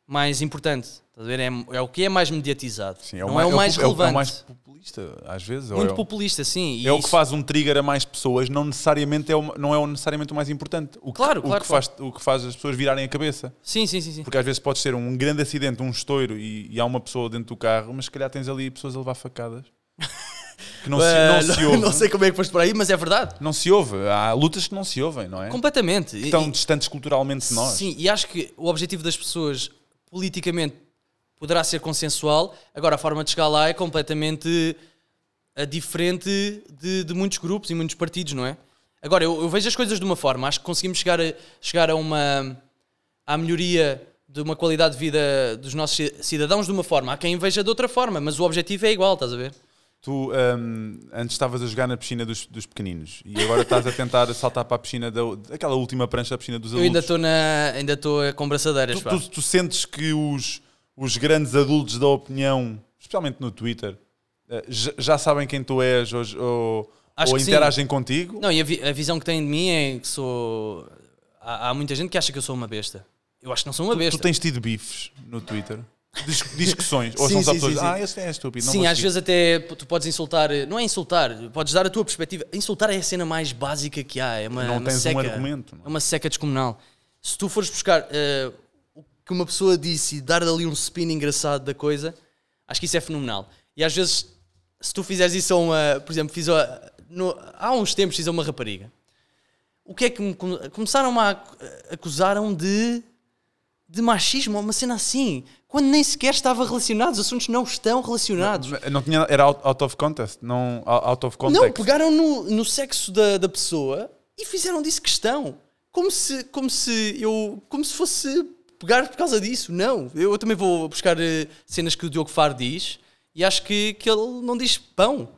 mais importante. Estás a ver? É, é o que é mais mediatizado. Sim, não mai- é o mais pu- é o- relevante. É o mais populista, às vezes. ou Muito é o- populista, sim. e é o isso- que faz um trigger a mais pessoas, não necessariamente é o, não é o necessariamente o mais importante. O que, Claro, o claro, que faz, o que faz as pessoas virarem a cabeça. Sim, sim, sim. sim. Porque às vezes pode ser um grande acidente, um estouro e, e há uma pessoa dentro do carro, mas se calhar tens ali pessoas a levar facadas que não, se, Ah, não se ouvem. não sei como é que foste por aí, mas é verdade. Não se ouve. Há lutas que não se ouvem, não é? Completamente. Que estão distantes culturalmente de nós. Sim, e acho que o objetivo das pessoas politicamente poderá ser consensual, agora a forma de chegar lá é completamente eh, diferente de, de muitos grupos e muitos partidos, não é? Agora, eu, eu vejo as coisas de uma forma, acho que conseguimos chegar a, chegar a uma à melhoria de uma qualidade de vida dos nossos ci- cidadãos de uma forma, há quem veja de outra forma, mas o objetivo é igual, estás a ver? Tu hum, antes estavas a jogar na piscina dos, dos pequeninos e agora estás a tentar saltar para a piscina da, daquela última prancha da piscina dos Eu ainda adultos. estou na- ainda estou com braçadeiras, Tu, pá. tu- tu sentes que os, os grandes adultos da opinião, especialmente no Twitter, eh, já, já sabem quem tu és ou, ou- Acho ou que sim. interagem contigo? Não, e a, vi- a visão que têm de mim é que sou. Há, há muita gente que acha que eu sou uma besta. Eu acho que não sou uma Tu besta. tens tido bifes no Twitter? Dis- discussões? ou são Sim, só sim, sim, pessoas sim. ah, esse é estúpido, não Sim, vou às seguir." vezes até p- tu podes insultar. Não é insultar, podes dar a tua perspectiva. Insultar é a cena mais básica que há. É uma, Não uma tens um seca, argumento, não é? É uma seca descomunal. Se tu fores buscar eh, o que uma pessoa disse e dar ali um spin engraçado da coisa, acho que isso é fenomenal. E às vezes, se tu fizeres isso a uma. Por exemplo, fiz a, no- há uns tempos fiz a uma rapariga. O que é que me, come- começaram a acusaram de de machismo, uma cena assim, quando nem sequer estava relacionado, os assuntos não estão relacionados. Mas Não tinha, era out, out of contest, não é out of context. Não, pegaram no, no sexo da, da pessoa e fizeram disso questão. Como se, como se eu. Como se fosse pegar por causa disso. Não. Eu, também vou buscar eh, cenas que o Diogo Faro diz e acho que, que ele não diz pão.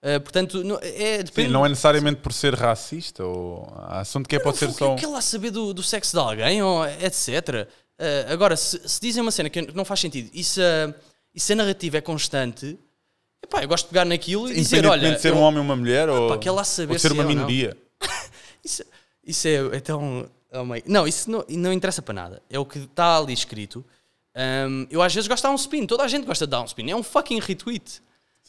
Eh, portanto, não, é, Sim, depende. não é necessariamente por ser racista ou assunto que é, Não, pode ser o que- só. O que é lá saber do, do sexo de alguém, ou etc. Ah, agora, se, se dizem uma cena que não faz sentido e se, a- e se a narrativa é constante, epá, eu gosto de pegar naquilo e dizer: Independentemente olha, de ser eu- um homem ou uma mulher ou, pá, que é lá saber ou de ser se uma é ou não. minoria. Isso, isso é, é tão. oh my- não, isso não, não interessa para nada. É o que está ali escrito. Ahm, eu às vezes gosto de dar um spin. Toda a gente gosta de dar um spin. É um fucking retweet.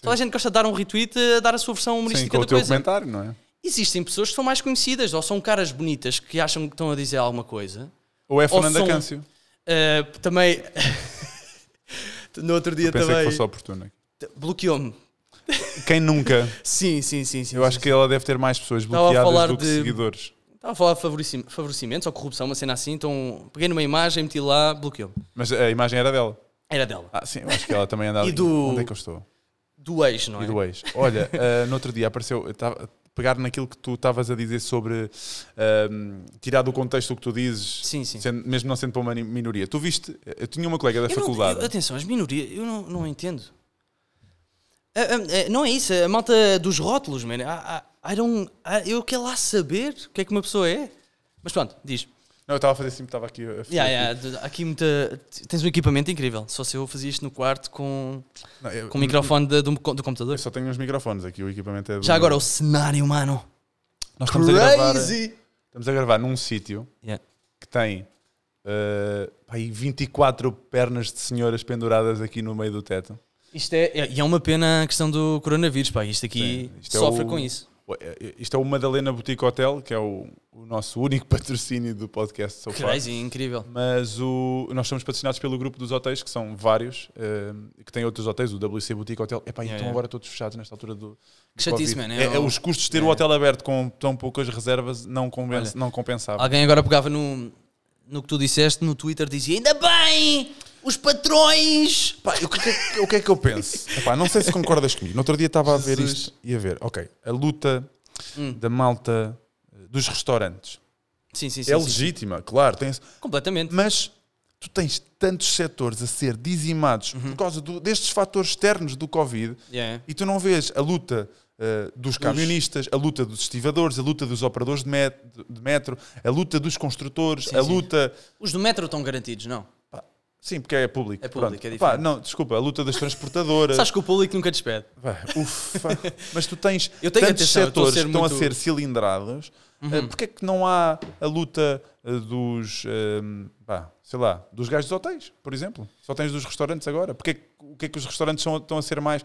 Toda a gente gosta de dar um retweet a dar a sua versão Sim, humorística com o da teu coisa. comentário, não é? Existem pessoas que são mais conhecidas ou são caras bonitas que acham que estão a dizer alguma coisa. Ou é Ou Fernanda são- Câncio. Ah, também. no outro dia Pensei que também. fosse oportuna. t- Bloqueou-me. Quem nunca? Sim, sim, sim. sim Eu acho que ela deve ter mais pessoas Estava a bloqueadas falar do que de- seguidores. Estava a falar de favorecim- favorecimentos ou corrupção, uma cena assim. Então peguei numa imagem, meti lá, bloqueou-me. Mas a imagem era dela. Era dela. Ah, sim, eu acho que ela também andava. E do- Onde é que eu estou? Do ex, não é? E do ex. Olha, ah, no outro dia apareceu. eu tava- Pegar naquilo que tu estavas a dizer sobre ahm, tirar do contexto o que tu dizes, Sim, sim. sendo- mesmo não sendo para uma minoria. Tu viste, eu tinha uma colega da Eu não- faculdade. eu- atenção, as minorias, eu não, não entendo. Ah, ah, ah, não é isso, a malta dos rótulos, man. Ah, ah, I don't- ah, eu quero lá saber o que é que uma pessoa é. Mas pronto, diz. Não, eu estava a fazer assim, estava aqui. a- Yeah, yeah, d- aqui muita. Tens um equipamento incrível. Só se eu fazia isto no quarto com, Não, eu- com o microfone da- do, do computador. Eu só tenho uns microfones aqui, o equipamento é do Já agora, o cenário, mano. Nós estamos a gravar, Crazy! estamos a gravar num sítio Yeah. que tem eh, pá, aí 24 pernas de senhoras penduradas aqui no meio do teto. Isto é, é, e é uma pena a questão do coronavírus, pá. Isto aqui Sim, isto é sofre o- com isso. Isto é o Madalena Boutique Hotel, que é o, o nosso único patrocínio do podcast so far. Crazy, incrível. Mas o, nós somos patrocinados pelo grupo dos hotéis, que são vários, eh, que têm outros hotéis, o WC Boutique Hotel. Epá, e Yeah, estão yeah. agora todos fechados nesta altura do. do Que chatice, Covid. man, é É- é o- os custos de ter o hotel aberto com tão poucas reservas não, convence, não compensava. Alguém agora pegava no, no que tu disseste no Twitter dizia ainda bem, os patrões. Pá, o, que é que, o que é que eu penso? Epá, não sei se concordas comigo. No outro dia estava a ver isto e a ver, ok, a luta Hum. da malta eh, dos restaurantes Sim, sim, sim. é sim, sim. legítima, claro, tem esse- Completamente. mas tu tens tantos setores a ser dizimados Uhum. por causa do- destes fatores externos do Covid Yeah. e tu não vês a luta eh, dos camionistas, a luta dos estivadores, a luta dos operadores de, met- de metro, a luta dos construtores, a sim. luta. Os do metro estão garantidos, não? Sim, porque é público. É público, é Pá, diferente. não, desculpa, a luta das transportadoras. Sabes que o público nunca despede. Pá, ufa. Mas tu tens Eu tenho tantos atenção, eu estou a setores que ser estão a muito- Uhum. ser cilindrados. eh, Porquê é que não há a luta eh, dos, eh, pá, sei lá, dos gajos dos hotéis, por exemplo? Só tens dos restaurantes agora. Porquê, que- o que é que os restaurantes são- estão a ser mais...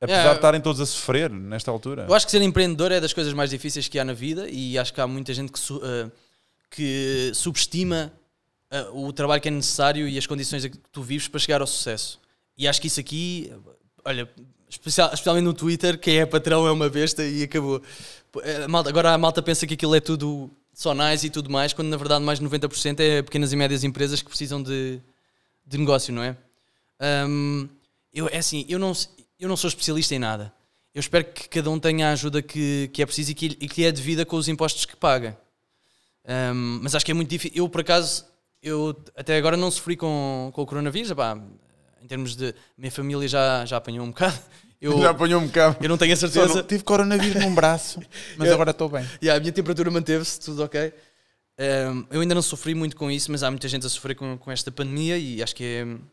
Apesar Yeah. de estarem todos a sofrer nesta altura. Eu acho que ser empreendedor é das coisas mais difíceis que há na vida e acho que há muita gente que, su- eh, que subestima eh, o trabalho que é necessário e as condições a que tu vives para chegar ao sucesso. E acho que isso aqui, olha, especial- especialmente no Twitter, quem é patrão é uma besta e acabou. Pô, eh, a malta- agora a malta pensa que aquilo é tudo só nice e tudo mais, quando na verdade mais de 90% é pequenas e médias empresas que precisam de, de negócio, não é? Hum, eu, é assim, eu não, s- eu não sou especialista em nada. Eu espero que cada um tenha a ajuda que, que é preciso e que, e que é devida com os impostos que paga. Hum, mas acho que é muito difícil. Eu, por acaso, eu até agora não sofri com, com o coronavírus. Epá, em termos de. Minha família já, já apanhou um bocado. Eu, Já apanhou um bocado. eu não tenho a Eu certeza. não- tive coronavírus num braço, mas agora estou bem. Yeah, a minha temperatura manteve-se, tudo ok. Um, eu ainda não sofri muito com isso, mas há muita gente a sofrer com, com esta pandemia e acho que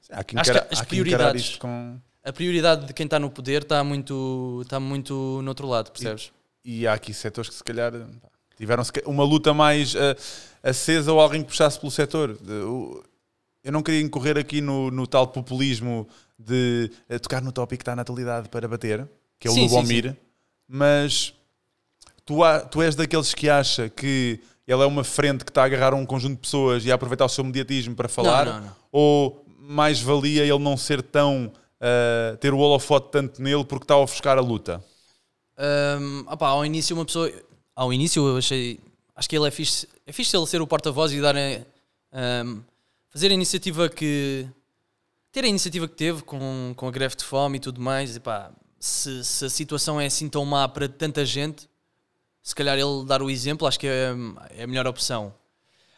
é- Há que Acho que encarar, as há que encarar prioridades- isto com... a prioridade de quem está no poder está muito, está muito no outro lado, percebes? E há aqui setores que se calhar eh, pá, tiveram se ca- uma luta mais ah, acesa ou alguém que puxasse pelo setor. De- o- Eu não queria incorrer aqui no, no tal populismo de ah, tocar no tópico que está na atualidade para bater, que é o Sim, sim, Lubomir, mas tu, há- tu és daqueles que acha que ele é uma frente que está a agarrar um conjunto de pessoas e a aproveitar o seu mediatismo para falar, não, não. ou mais valia ele não ser tão. ah, ter o holofote tanto nele porque está a ofuscar a luta. Um, opá, ao início uma pessoa. Ao início eu achei. Acho que ele é fixe. É fixe ele ser o porta-voz e dar. eh, um, fazer a iniciativa que. ter a iniciativa que teve com, com a greve de fome e tudo mais. E pá, se, se a situação é assim tão má para tanta gente, se calhar ele dar o exemplo acho que é, é a melhor opção.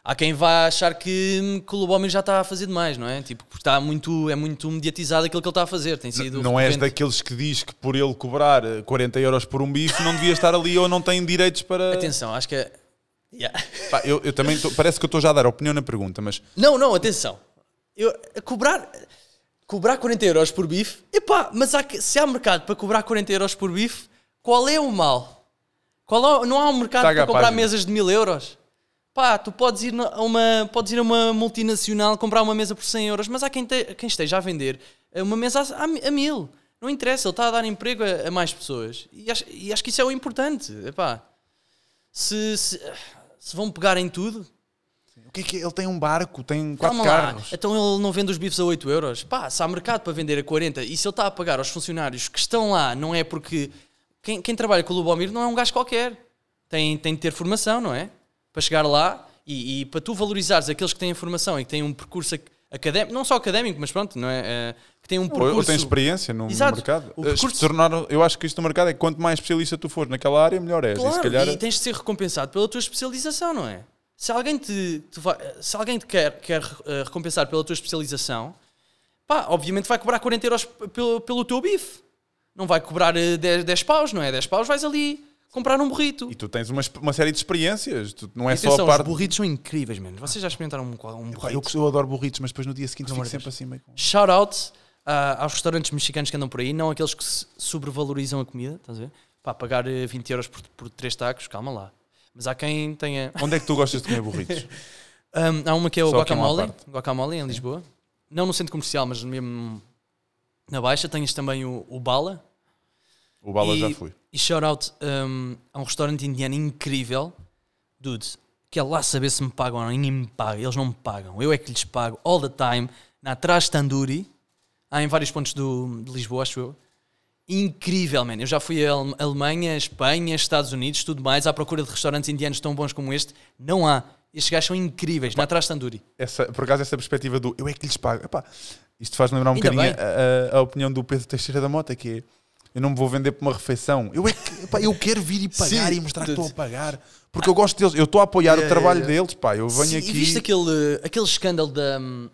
Há quem vá achar que, que o Lubomir já está a fazer demais, não é? Tipo, porque está muito, é muito mediatizado aquilo que ele está a fazer. Tem sido Não és recorrente. daqueles que diz que por ele cobrar eh, 40 euros por um bife não devia estar ali ou não tem direitos para. Atenção, acho que é. Yeah. Pá, eu, eu também tô- parece que eu estou já a dar opinião na pergunta, mas Não, não, atenção. Eu, a cobrar, cobrar 40 euros por bife, epá, mas há que- se há mercado para cobrar 40 euros por bife, qual é o mal? Qual é- não há um mercado Traga para a comprar página. mesas de mil euros? Pá, tu podes ir na- a uma, podes ir a uma multinacional comprar uma mesa por 100 euros, mas há quem, te- quem esteja a vender eh, uma mesa a, a, mi- a mil. Não interessa, ele está a dar emprego a, a mais pessoas. E acho, e acho que isso é o importante. Epá, se, se, se vão pegar em tudo, o que é que é? Ele tem um barco, tem quatro Calma lá, carros. então ele não vende os bifes a 8 euros? Pá, se há mercado para vender a 40 e se ele está a pagar aos funcionários que estão lá, não é porque. Quem, quem trabalha com o Lubomir não é um gajo qualquer. Tem, tem de ter formação, não é? Para chegar lá e, e para tu valorizares aqueles que têm formação e que têm um percurso ac- académico, não só académico, mas pronto, não é? Eh, que têm um Ou, percurso. ou tem experiência no, no Exato. mercado. O Eh, percurso- se tornar- eu acho que isto no mercado é que quanto mais especialista tu fores naquela área, melhor és. e Claro, se calhar e tens de ser recompensado pela tua especialização, não é? Se alguém te, te vai- se alguém te quer, quer eh, recompensar pela tua especialização, pá, obviamente vai cobrar 40 euros p- pelo, pelo teu bife. Não vai cobrar eh, 10, 10 paus, não é? 10 paus vais ali comprar um burrito. e tu tens uma, esp- uma série de experiências. Tu, não é E só atenção, a parte. os burritos são incríveis, mano. Vocês já experimentaram um, qual- um Pá, burrito? eu, eu adoro burritos, mas depois no dia seguinte fico amor de sempre assim meio com. Shout out ah, aos restaurantes mexicanos que andam por aí, não aqueles que se sobrevalorizam a comida, estás a ver? Pá, pagar eh, 20 euros por, por 3 tacos, calma lá. Mas há quem tenha. Onde é que tu gostas de comer burritos? Um, há uma que é o Só aqui uma guacamole, parte. guacamole em Lisboa. Não no centro comercial, mas mesmo na Baixa. Tens também o, o Bala. O Bala e, já fui. E shout out um, a um restaurante indiano incrível. Dude, que é lá saber se me pagam ou não. Ninguém me paga. Eles não me pagam. Eu é que lhes pago all the time. Na Trás Tandoori. Há em vários pontos do, de Lisboa, acho eu. Incrível, man. Eu já fui a Ale- Alemanha, Espanha, Estados Unidos, tudo mais, à procura de restaurantes indianos tão bons como este. Não há. Estes gajos são incríveis. Na Trás Tandoori. Essa, por acaso, essa perspectiva do eu é que lhes pago. Epá, isto faz-me lembrar um Ainda bocadinho bem. a, a- a opinião do Pedro Teixeira da Mota, que é eu não me vou vender por uma refeição. Eu, é que, epá, eu quero vir e pagar Sim, e mostrar que tudo. estou a pagar. Porque eu gosto deles, eu estou a apoiar o trabalho deles, pá. Eu venho Sim, aqui. E viste aquele, aquele escândalo da. hum,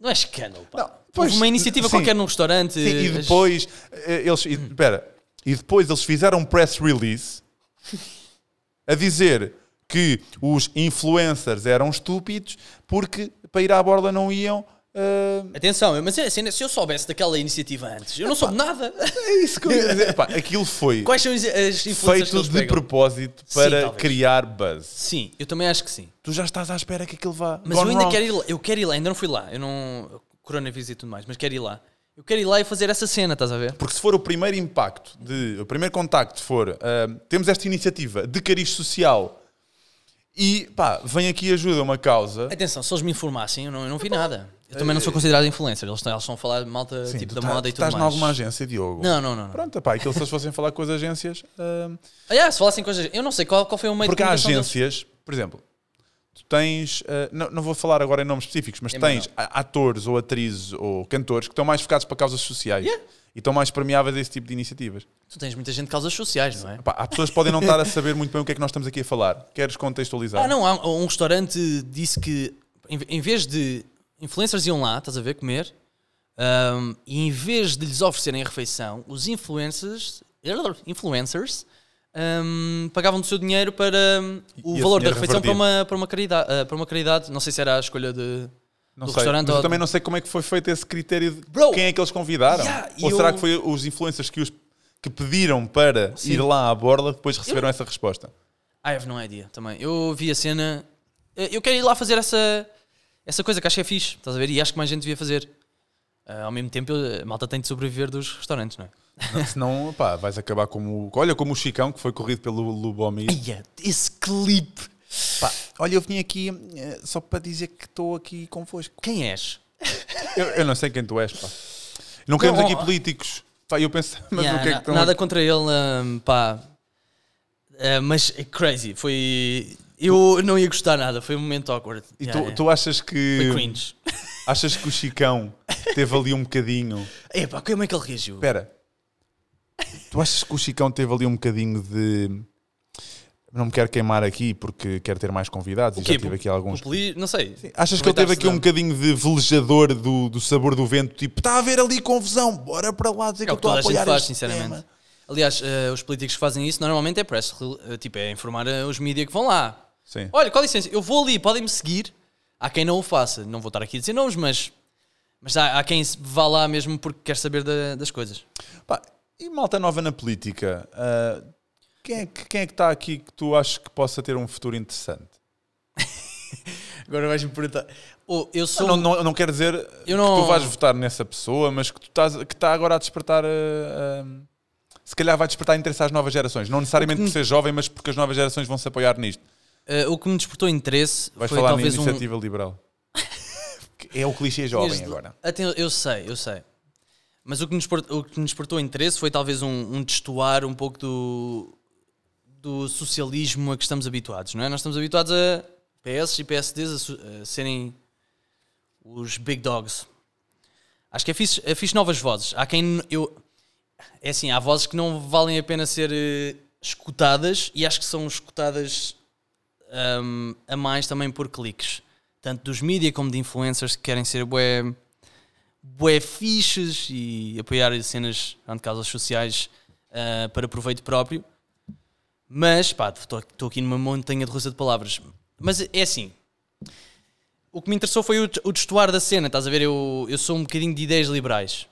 Não é escândalo, pá. Não, pois, Houve uma iniciativa sim. qualquer num restaurante. Sim, e as- depois eh, eles. e- Espera. E depois eles fizeram um press release a dizer que os influencers eram estúpidos porque para ir à borda não iam. eh, Atenção, mas é assim, se eu soubesse daquela iniciativa antes, eu não soube nada. É isso que eu ia dizer. Pá, aquilo foi Quais são as as influências que feito eles de pegam? propósito Sim, para talvez. criar buzz. Sim, eu também acho que sim. Tu já estás à espera que aquilo vá. Mas eu ainda quero ir lá, eu quero ir lá, ainda não fui lá. Eu não. Coronavírus e tudo mais, mas quero ir lá. Eu quero ir lá e fazer essa cena, estás a ver? Porque se for o primeiro impacto, de, o primeiro contacto for, ah, temos esta iniciativa de cariz social e pá, vem aqui e ajuda uma causa. Atenção, se eles me informassem, eu não, eu não vi nada. Eu também não sou considerado influencer, eles estão, eles estão a falar de malta eh, Sim, tipo tu da tá- moda e tu tudo mais. Estás em alguma agência, Diogo? Não, não, não. não. Pronto, pá, aquilo se eles fossem falar com as agências. ah, Aliás, se falassem coisas. Eu não sei qual, qual foi o meio porque de há comunicação deles. agências, por exemplo, tu tens. ah, não, não vou falar agora em nomes específicos, mas Também tens a- atores ou atrizes ou cantores que estão mais focados para causas sociais Yeah. e estão mais premiáveis a esse tipo de iniciativas. Tu tens muita gente de causas sociais, não é? Pá, há pessoas que podem não estar a saber muito bem o que é que nós estamos aqui a falar. Queres contextualizar? Ah, não, há um restaurante disse que em- em vez de influencers iam lá, estás a ver, comer, ahm, e em vez de lhes oferecerem a refeição, os influencers, influencers ahm, pagavam do seu dinheiro para ahm, o E esse valor da dinheiro refeição para revertido. uma, para, uma caridade, ah, para uma caridade. Não sei se era a escolha de. Não do sei, restaurante mas eu ou- também não sei como é que foi feito esse critério de Bro! quem é que eles convidaram. Yeah, Ou e será eu- que foi os influencers que os que pediram para Sim. ir lá à borda que depois receberam essa resposta? I have no idea também. Eu vi a cena. eh, Eu quero ir lá fazer essa, essa coisa que acho que é fixe, estás a ver? E acho que mais gente devia fazer. Ah, ao mesmo tempo, eu- a malta tem de sobreviver dos restaurantes, não é? Não, Senão, pá, vais acabar como. o- Olha, como o Chicão que foi corrido pelo Lubomir. Eia, esse clipe! Pá, olha, eu vim aqui eh, só para dizer que estou aqui convosco. Quem és? Eu, eu não sei quem tu és, pá. Não queremos Não, aqui ó- políticos. Pá, eu penso, mas Yeah, o que é na- que estão Nada contra ele, hum, pá. Ah, mas é Eh, crazy. Foi. Eu não ia gostar nada, foi um momento awkward. E Yeah, tu, yeah. tu achas Foi que. cringe. Achas que o Chicão teve ali um bocadinho. Epá, como é que ele reagiu? Espera. Tu achas que o Chicão teve ali um bocadinho de. Não me quero queimar aqui porque quero ter mais convidados e Tipo, O quê? já tive aqui alguns. Populi- Não sei. Achas que ele teve aqui um bocadinho de velejador do, do sabor do vento? Tipo, está a haver ali confusão, bora para lá dizer É que eu o que estou a toda a gente apoiar faz, este sinceramente. tema. Aliás, eh, os políticos que fazem isso normalmente é press, rel- eh, tipo, é informar eh, os mídias que vão lá. Sim. Olha, com licença, eu vou ali, podem-me seguir. Há quem não o faça, não vou estar aqui a dizer nomes, mas, mas há, há quem se vá lá mesmo porque quer saber da- das coisas. Pá, e malta nova na política? ah, quem, é que, quem é que está aqui que tu achas que possa ter um futuro interessante? Agora vais-me perguntar. Oh, eu sou. Não, não, não quer dizer Eu não- que tu vais votar nessa pessoa, mas que tu estás, que está agora a despertar. ah, ah, se calhar vai despertar interesse às novas gerações. Não necessariamente por ser jovem, mas porque as novas gerações vão se apoiar nisto. eh, o que me despertou interesse Vais foi falar na talvez um. iniciativa liberal. Que É o clichê jovem Tinhas de- agora. Até- eu sei, eu sei. Mas o que nos despertou, o que nos despertou interesse foi talvez um, um destoar um pouco do, do socialismo a que estamos habituados, não é? Nós estamos habituados a PS e PSDs a, su- a serem os big dogs. Acho que é fixe, é fixe novas vozes. Há quem n- eu é assim, há vozes que não valem a pena ser eh, escutadas e acho que são escutadas ahm, um, a mais também por cliques, tanto dos mídia como de influencers que querem ser bué, bué fiches e apoiar cenas de causas sociais ah, para proveito próprio. Mas pá, estou aqui numa montanha de russa de palavras. Mas é assim. O que me interessou foi o, o destoar da cena, estás a ver? Eu, eu sou um bocadinho de ideias liberais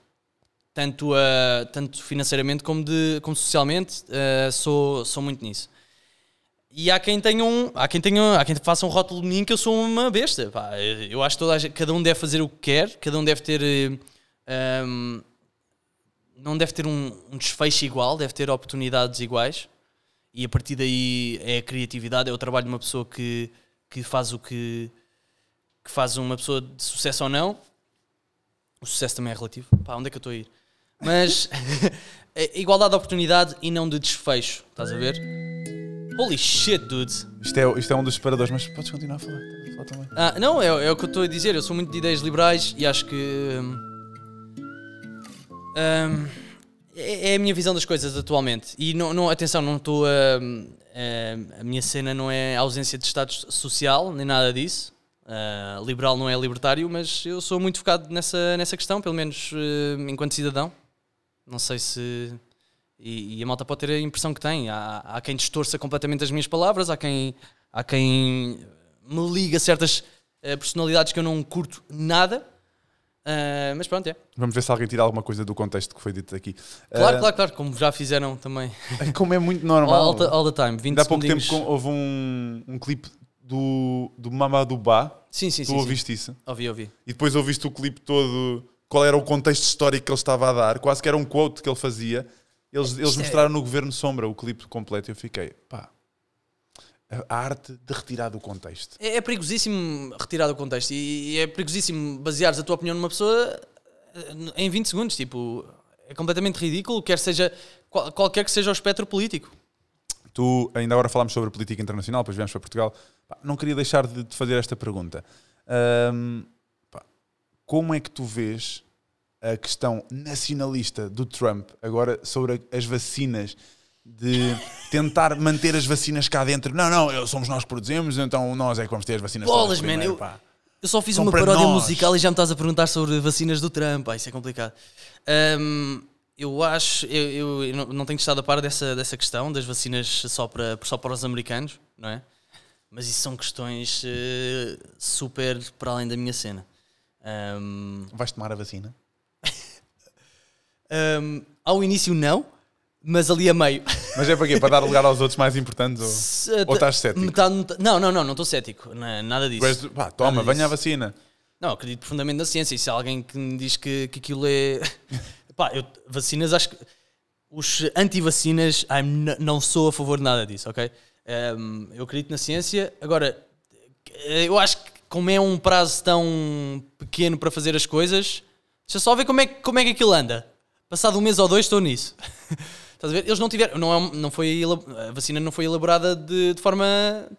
tanto, ah, tanto financeiramente como, de, como socialmente, ah, sou, sou muito nisso. E há quem tenha um, há quem tenha, há quem faça um rótulo de mim que eu sou uma besta. pá. eu acho que toda a gente- cada um deve fazer o que quer, cada um deve ter eh, ahm, não deve ter um, um desfecho igual, deve ter oportunidades iguais. E a partir daí é a criatividade, é o trabalho de uma pessoa que, que faz o que, que faz uma pessoa de sucesso ou não. O sucesso também é relativo. Pá, onde é que eu estou a ir? Mas é igualdade de oportunidade e não de desfecho, estás a ver? Holy shit, dude. Isto é, isto é um dos separadores, mas podes continuar a falar. estás a falar também. Ah, não, é, é o que eu estou a dizer. Eu sou muito de ideias liberais e acho que. hum, hum, é, é a minha visão das coisas atualmente. E não, não- atenção, não estou a. hum, a- a minha cena não é a ausência de Estado social, nem nada disso. Ah, liberal não é libertário, mas eu sou muito focado nessa, nessa questão, pelo menos hum, enquanto cidadão. Não sei se. E, e a malta pode ter a impressão que tem. Há, há quem distorça completamente as minhas palavras, há quem, há quem me liga certas eh, personalidades que eu não curto nada. Ah, mas pronto, é. Vamos ver se alguém tira alguma coisa do contexto que foi dito aqui. Claro, Ah, claro, claro, como já fizeram também. Como é muito normal. All, the, all the time, 20 Ainda há pouco tempo segundinhos. com- houve um, um clipe do, do Mamadou Ba. Sim, sim, Tu sim. sim. ouviste isso? Ouvi, ouvi. E depois ouviste o clipe todo, qual era o contexto histórico que ele estava a dar, quase que era um quote que ele fazia. Eles, eles é- mostraram no Governo Sombra o clipe completo e eu fiquei, pá, a- a arte de retirar do contexto. É, é perigosíssimo retirar do contexto e, e é perigosíssimo baseares a tua opinião numa pessoa eh, em 20 segundos. Tipo, é completamente ridículo, quer seja qual- qualquer que seja o espectro político. Tu, ainda agora falámos sobre política internacional, depois viemos para Portugal. Pá, não queria deixar de te fazer esta pergunta. Ahm, pá, como é que tu vês a questão nacionalista do Trump agora sobre a- as vacinas? De tentar manter as vacinas cá dentro. Não, não, eu- somos nós que produzimos, então nós é que vamos ter as vacinas todas Bolas, man, primeiro, eu- pá. Eu só fiz São uma para paródia nós. musical e já me estás a perguntar sobre vacinas do Trump. Ah, isso é complicado. Ahm, eu acho, eu, eu- eu não- não tenho estado a par dessa, dessa questão das vacinas só para, só para os americanos, não é? Mas isso são questões eh, super para além da minha cena. Ahm, Vais tomar a vacina? ahm, ao início, não, mas ali a meio. Mas é para quê? Para dar lugar aos outros mais importantes? Ou, Se- ou estás cético? Metade- metade- não, não, não, não estou cético. na- Nada disso. Tu és- pá, toma, Nada venha a disso. vacina. Não, acredito profundamente na ciência. E se há alguém que me diz que, que aquilo é. Pá, eu, vacinas, acho que. Os anti-vacinas, I'm n- não sou a favor de nada disso, ok? Ehm, eu acredito na ciência. Agora, eh, eu acho que, como é um prazo tão pequeno para fazer as coisas, deixa só ver como é, que- como é que aquilo anda. Passado um mês ou dois, estou nisso. Estás Estás a ver? Eles não tiveram. Não, é um- não foi, elab- a vacina não foi elaborada de, de forma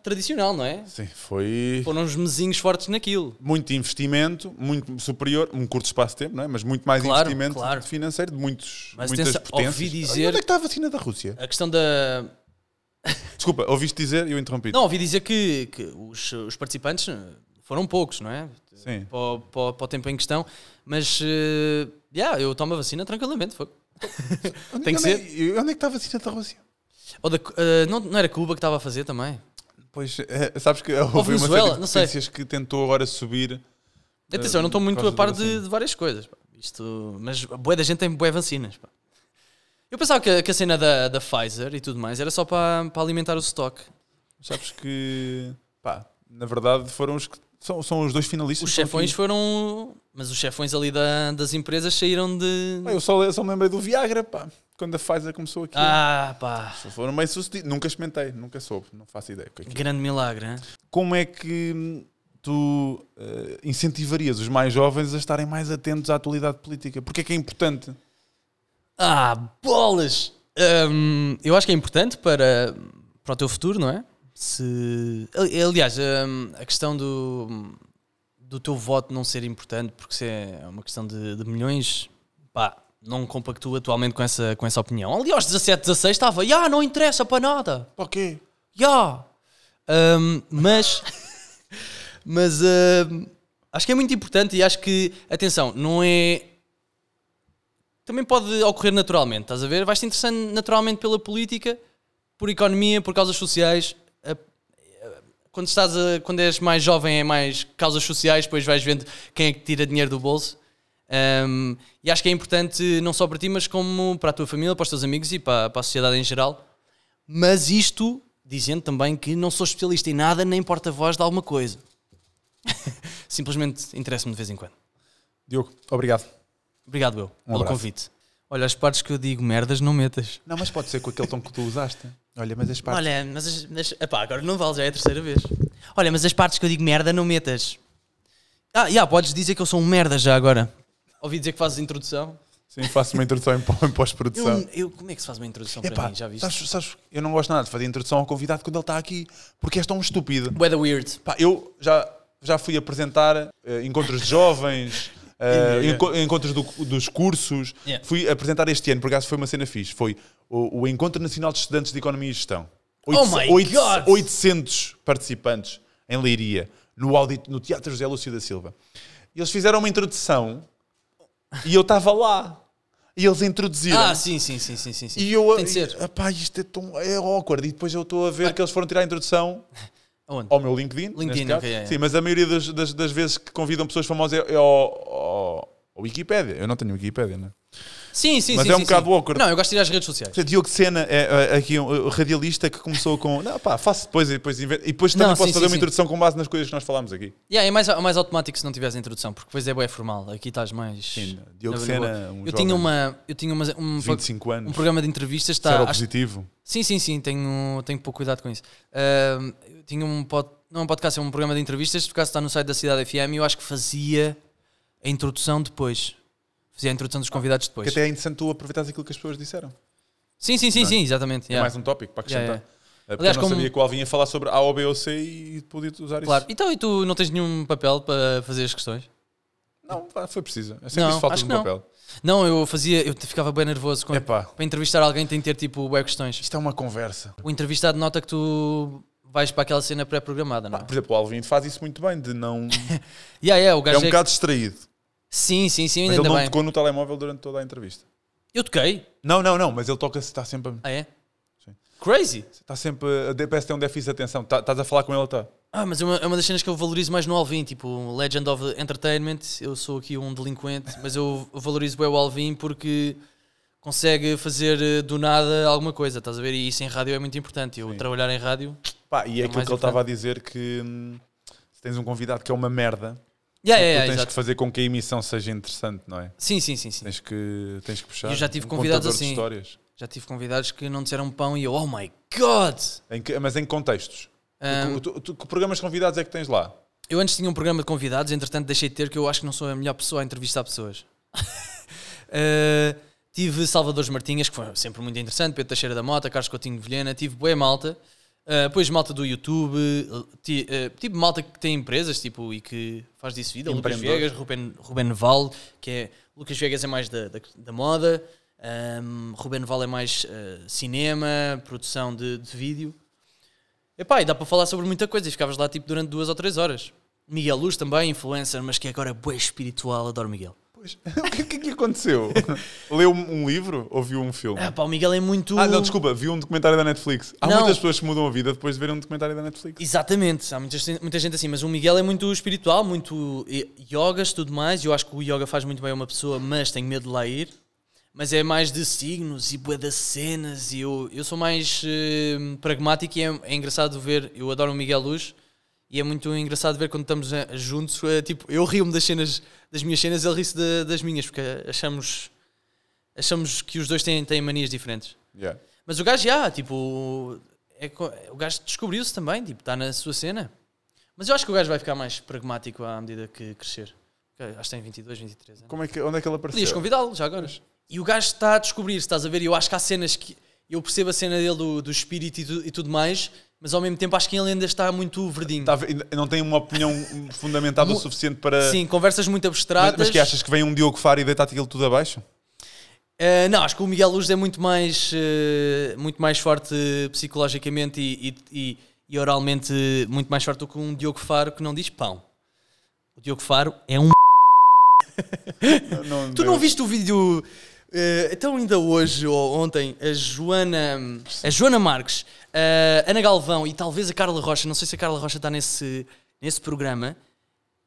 tradicional, não é? Sim, foi Foram uns mesinhos fortes naquilo. muito investimento, muito superior, um curto espaço de tempo, não é? Mas muito mais Claro, investimento claro. financeiro de muitos, Mas muitas atenção, potências. ouvi dizer- Onde é que está a vacina da Rússia? A questão da. Desculpa, ouviste dizer e eu interrompi. Não, ouvi dizer que, que os, os participantes eh, foram poucos, não é? Sim. Para, o- para o- para o tempo em questão. Mas. eh, yeah, eu tomo a vacina tranquilamente. Foi. Onde- Tem que onde é- Onde é que está a vacina da Rússia? Ou da Cu- eh, não, não era Cuba que estava a fazer também? Pois, eh, sabes que houve uma Venezuela, série de não sei. potências que tentou agora subir. Atenção, eu não estou Eh, por muito causa a par da de, vacina. de várias coisas. pá. Isto, mas boa da gente tem boé vacinas. pá. Eu pensava que, a- que a cena da, da Pfizer e tudo mais era só para, para alimentar o stock. Sabes que, pá, na verdade foram os que são, são os dois finalistas. Os que estão chefões aqui. foram. Mas os chefões ali da- das empresas saíram de. Pá, eu só, eu só me lembrei do Viagra, pá, quando a Pfizer começou aqui. Ah, pá! Foram bem sucedidos. Nunca experimentei, nunca soube, não faço ideia. o que é que é. Grande milagre. hein? Como é que hum, tu eh, incentivarias os mais jovens a estarem mais atentos à atualidade política? Porque é que é importante? Ah, bolas! Hum, eu acho que é importante para, para o teu futuro, não é? Se, ali- aliás, hum, a questão do, do teu voto não ser importante, porque se é uma questão de, de milhões, pá, não compactuo atualmente com essa, com essa opinião. Ali aos 17, 16 estava, já, não interessa para nada, Para o quê? já. Hum, mas, mas hum, acho que é muito importante e acho que, atenção, não é também pode ocorrer naturalmente, estás a ver? Vais-te interessando naturalmente pela política, por economia, por causas sociais. A- a- Quando, estás a- quando és mais jovem é mais causas sociais, depois vais vendo quem é que tira dinheiro do bolso. Ahm, e acho que é importante não só para ti, mas como para a tua família, para os teus amigos e para, para a sociedade em geral. Mas isto dizendo também que não sou especialista em nada, nem porta-voz de alguma coisa. Simplesmente interessa-me de vez em quando. Diogo, obrigado. Obrigado, eu, pelo Um abraço. convite. Olha, as partes que eu digo merdas não metas. Não, mas pode ser com aquele tom que tu usaste. Olha, mas as partes. Olha, mas as. as epá, agora não vale, já é a terceira vez. Olha, mas as partes que eu digo merda não metas. Ah, já, podes dizer que eu sou um merda já agora. Ouvi dizer que fazes introdução. Sim, faço uma introdução em pó- em Eu, pós-produção. eu- como é que se faz uma introdução para Epá, mim? Já viste? sabes, sabes, eu não gosto nada de fazer introdução ao convidado quando ele está aqui, porque és tão estúpido. Weather Weird. Pá, eu já, já fui apresentar eh, encontros de jovens, eh, enco- encontros do- dos cursos. Yeah. Fui apresentar este ano, por acaso foi uma cena fixe. Foi o, o Encontro Nacional de Estudantes de Economia e Gestão. Oh my God! 800 participantes em Leiria, no, audit, no Teatro José Lúcio da Silva. E eles fizeram uma introdução e eu estava lá. E eles introduziram. Ah, sim, sim, sim, sim, sim. sim. e eu, Tem de ser. Ah. Epá, isto é tão é awkward. E depois eu estou a ver que eles foram tirar a introdução Aonde? ao meu LinkedIn. neste LinkedIn, caso. ok, é, yeah, yeah. Sim, mas a maioria das, das, das vezes que convidam pessoas famosas é, é ao, ao- ao Wikipédia. Eu não tenho Wikipédia, né? Sim, sim, Mas sim. é um sim, bocado sim. awkward. Não, eu gosto de ir às redes sociais. Portanto, Diogo Sena é, é, aqui um, um radialista que começou com. Não, pá, faço depois e depois invento. E depois também Não, posso sim, fazer sim, uma sim. introdução com base nas coisas que nós falámos aqui. Yeah, é mais, mais automático se não tiveres a introdução, porque depois é bué formal. Aqui estás mais. Sim, Diogo na- na Sena, um boa. eu, jovem tinha uma, eu tinha uma, um, 25 um anos. programa de entrevistas. Tá, Sero acho- positivo. Sim, sim, sim, tenho, tenho pouco cuidado com isso. Ahm, eu tinha um pod, não é um podcast, é um programa de entrevistas, por acaso está no site da Cidade FM e eu acho que fazia a introdução depois. Fazia a introdução dos convidados Que depois. até é interessante tu aproveitares aquilo que as pessoas disseram. Sim, sim, sim, sim, exatamente. É yeah. mais um tópico para acrescentar. Yeah, É, Porque Aliás, eu não como- sabia qual vinha falar sobre A, O, B ou C e podia usar Claro. isso. Então, e tu não tens nenhum papel para fazer as questões? Não, pá, foi preciso. Eu sempre Não, disse falta de acho um que não. papel. Não, eu fazia, eu ficava bem nervoso quando, Epá. para entrevistar alguém tem de ter tipo web questões. Isto é uma conversa. O entrevistado nota que tu vais para aquela cena pré-programada, não é? Por exemplo, o Alvin faz isso muito bem, de não. Yeah, yeah, o é gajo um é- bocado distraído. Sim, sim, sim, Mas ainda ele não bem. tocou no telemóvel durante toda a entrevista. Eu toquei. Não, não, não, mas ele toca está sempre. Ah, é? Sim. Crazy! Está sempre. A DPS tem um déficit de atenção. Tá- Estás a falar com ele, está. Ah, mas é uma, é uma das cenas que eu valorizo mais no Alvin, tipo Legend of Entertainment. Eu sou aqui um delinquente, mas eu valorizo bem o Alvin porque consegue fazer eh, do nada alguma coisa, estás a ver? E isso em rádio é muito importante. Eu trabalhar em rádio. Pá, e é, aquilo mais que ele estava a dizer que hum, se tens um convidado que é uma merda, tu Yeah, yeah, tens yeah, que É, exato. fazer com que a emissão seja interessante, não é? Sim, sim, sim, sim. Tens que, tens que puxar. Eu já tive um convidados contador de assim. histórias. Já tive convidados que não disseram pão e eu, oh my god! Em que- mas em que contextos? Ahm, Tu, tu- que programas de convidados é que tens lá? Eu antes tinha um programa de convidados, entretanto deixei de ter, que eu acho que não sou a melhor pessoa a entrevistar pessoas. Eh, Tive Salvadores Martinhas, que foi sempre muito interessante, Pedro Teixeira da Mota, Carlos Coutinho de Vilhena, tive Boé Malta, ah, depois malta do YouTube, ti- ah, tipo malta que tem empresas tipo, e que faz disso vida, Lucas Empreendedor. Viegas, Ruben, Ruben Val, que é Lucas Viegas é mais da, da, da moda, ahm, Ruben Val é mais ah, cinema, produção de, de vídeo. Epá, e dá para falar sobre muita coisa e ficavas lá tipo durante duas ou três horas. Miguel Luz também, influencer, mas que agora é bué espiritual, adoro Miguel. o que, que, que aconteceu? Leu um livro ou viu um filme? Ah, pá, o Miguel é muito. Ah, não, desculpa, vi um documentário da Netflix. Há Não. muitas pessoas que mudam a vida depois de verem um documentário da Netflix. Exatamente, há muita, gente- muita gente assim, mas o Miguel é muito espiritual, muito i- yogas, tudo mais. Eu acho que o yoga faz muito bem a uma pessoa, mas tenho medo de lá ir. Mas é mais de signos e bué das cenas. E eu, eu sou mais eh, pragmático e é, é engraçado ver. Eu adoro o Miguel Luz e é muito engraçado ver quando estamos eh, juntos. eh, tipo, eu rio-me das cenas, das minhas cenas, ele ri-se da- das minhas, porque achamos, achamos que os dois têm, têm manias diferentes. Yeah. Mas o gajo, já, tipo, é co- o gajo descobriu-se também, tipo, está na sua cena. Mas eu acho que o gajo vai ficar mais pragmático à medida que crescer. Ok, Acho que tem 22, 23 anos. Como é que, onde é que ele apareceu? Podias convidá-lo, já agora. E o gajo está a descobrir-se, estás a ver? E eu acho que há cenas que. Eu percebo a cena dele do, do espírito e, tu- e tudo mais, mas ao mesmo tempo acho que ele ainda está muito verdinho. Tá a ver- ainda não tem uma opinião fundamentada o suficiente para. Sim, conversas muito Mas, abstratas. mas que achas que vem um Diogo Faro e deita-te aquilo tudo abaixo? Uh, não, acho que o Miguel Luz é muito mais, uh, muito mais forte psicologicamente e, e- e- e oralmente muito mais forte do que um Diogo Faro que não diz pão. O Diogo Faro é um. Ah, Tu não viste o vídeo. uh, então, ainda hoje ou ontem, a Joana, a Joana Marques, a Ana Galvão e talvez a Carla Rocha, não sei se a Carla Rocha está nesse, nesse programa,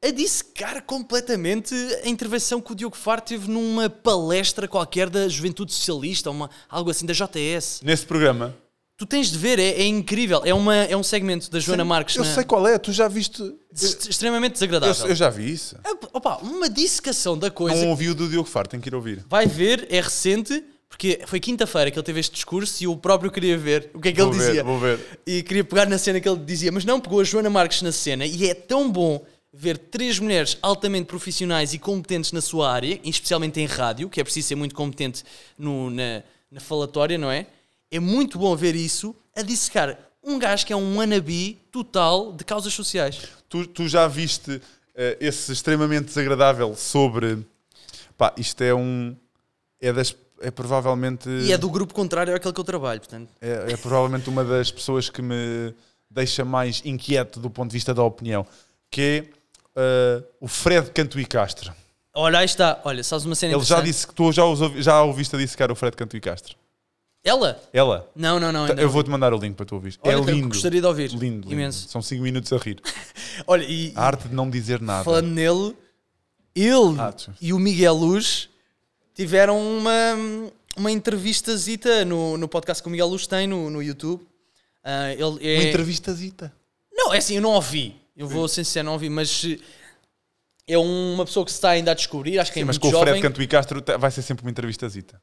a dissecar completamente a intervenção que o Diogo Faro teve numa palestra qualquer da Juventude Socialista, uma, algo assim, da JTS. Nesse programa. Tu tens de ver, é, é incrível. É, uma, é um segmento da Joana Marques Eu na- sei qual é, tu já viste. Eu, est- extremamente desagradável. eu- eu já vi isso. Ah, Opa, uma dissecação da coisa. Não ouvi o do Diogo Faro, tenho que ir ouvir. Vai ver, é recente, porque foi quinta-feira que ele teve este discurso e eu próprio queria ver o que é que Vou ele ver, dizia. vou ver. E queria pegar na cena que ele dizia, mas não pegou a Joana Marques na cena e é tão bom ver três mulheres altamente profissionais e competentes na sua área, e especialmente em rádio, que é preciso ser muito competente no- na, na falatória, não é? É muito bom ver isso a dissecar um gajo que é um wannabe total de causas sociais. Tu, tu já viste eh, esse extremamente desagradável sobre. Pá, isto é um. É das. É provavelmente. E é do grupo contrário àquele que eu trabalho, portanto. É, é provavelmente uma das pessoas que me deixa mais inquieto do ponto de vista da opinião, que é eh, o Fred Cantu e Castro. Olha, aí está. Olha, sabes uma cena Ele já interessante? disse que tu já, os ouvi, já ouviste a dissecar o Fred Cantu e Castro. Ela? Ela. Não, não, não. ainda Eu vou-te mandar o link para tu ouvir. Olha, é eu lindo. gostaria de ouvir. Lindo, lindo. Ah, Imenso. São 5 minutos a rir. Olha, e, e A arte de não dizer nada. falando nele, ele tá. Ah, tu- e o Miguel Luz tiveram uma, uma entrevistazita no, no podcast que o Miguel Luz tem no, no YouTube. Ah, ele é... Uma entrevistazita. Não, é assim, eu não ouvi. Eu vou ser sincero, não ouvi, mas eh, é uma pessoa que se está ainda a descobrir, acho que é mas muito com o Fred jovem. Cantu e Castro tá- vai ser sempre uma entrevistazita.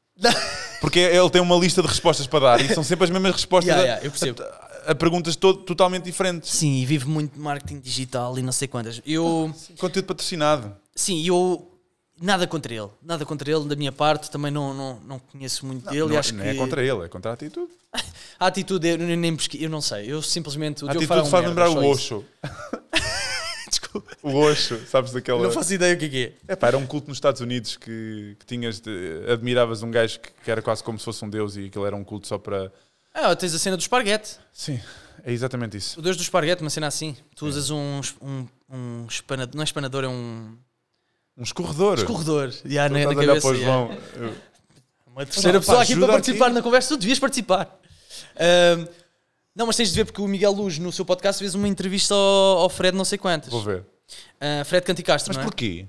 Porque é, ele tem uma lista de respostas para dar e são sempre as mesmas respostas Yeah, a- yeah, eu percebo. a, a perguntas to- totalmente diferentes. Sim, e vive muito de marketing digital e não sei quantas. Ah, Eu... Conteúdo patrocinado. Sim, eu nada contra ele, nada contra ele da minha parte, também não, não, não conheço muito dele, não, acho não que é contra ele, é contra a atitude. a atitude eu nem pesqui- eu não sei, eu simplesmente o A Diogo atitude Faro é faz um merda, lembrar só o isso. Osho. Desculpa, O Osho, sabes daquela. não faço ideia o que é que é. Epá, era um culto nos Estados Unidos que, que tinhas de- admiravas um gajo que, que era quase como se fosse um deus e aquilo era um culto só para. Ah, tens a cena do esparguete, Sim, é exatamente isso. o Deus do esparguete, uma cena assim. Tu usas um, es- um, um espanador, não é espanador, é um Um escorredor. escorredor. Yeah, Não na, na Então estás a olhar cabeça, para o yeah. João. Eu- Uma Pá, terceira pessoa aqui para ajuda participar aqui. na conversa, tu devias participar. Ahm, não, mas tens de ver porque o Miguel Luz no seu podcast fez uma entrevista ao, ao Fred não sei quantas. Vou ver. Ah, Fred Canticastro, Mas não é? porquê?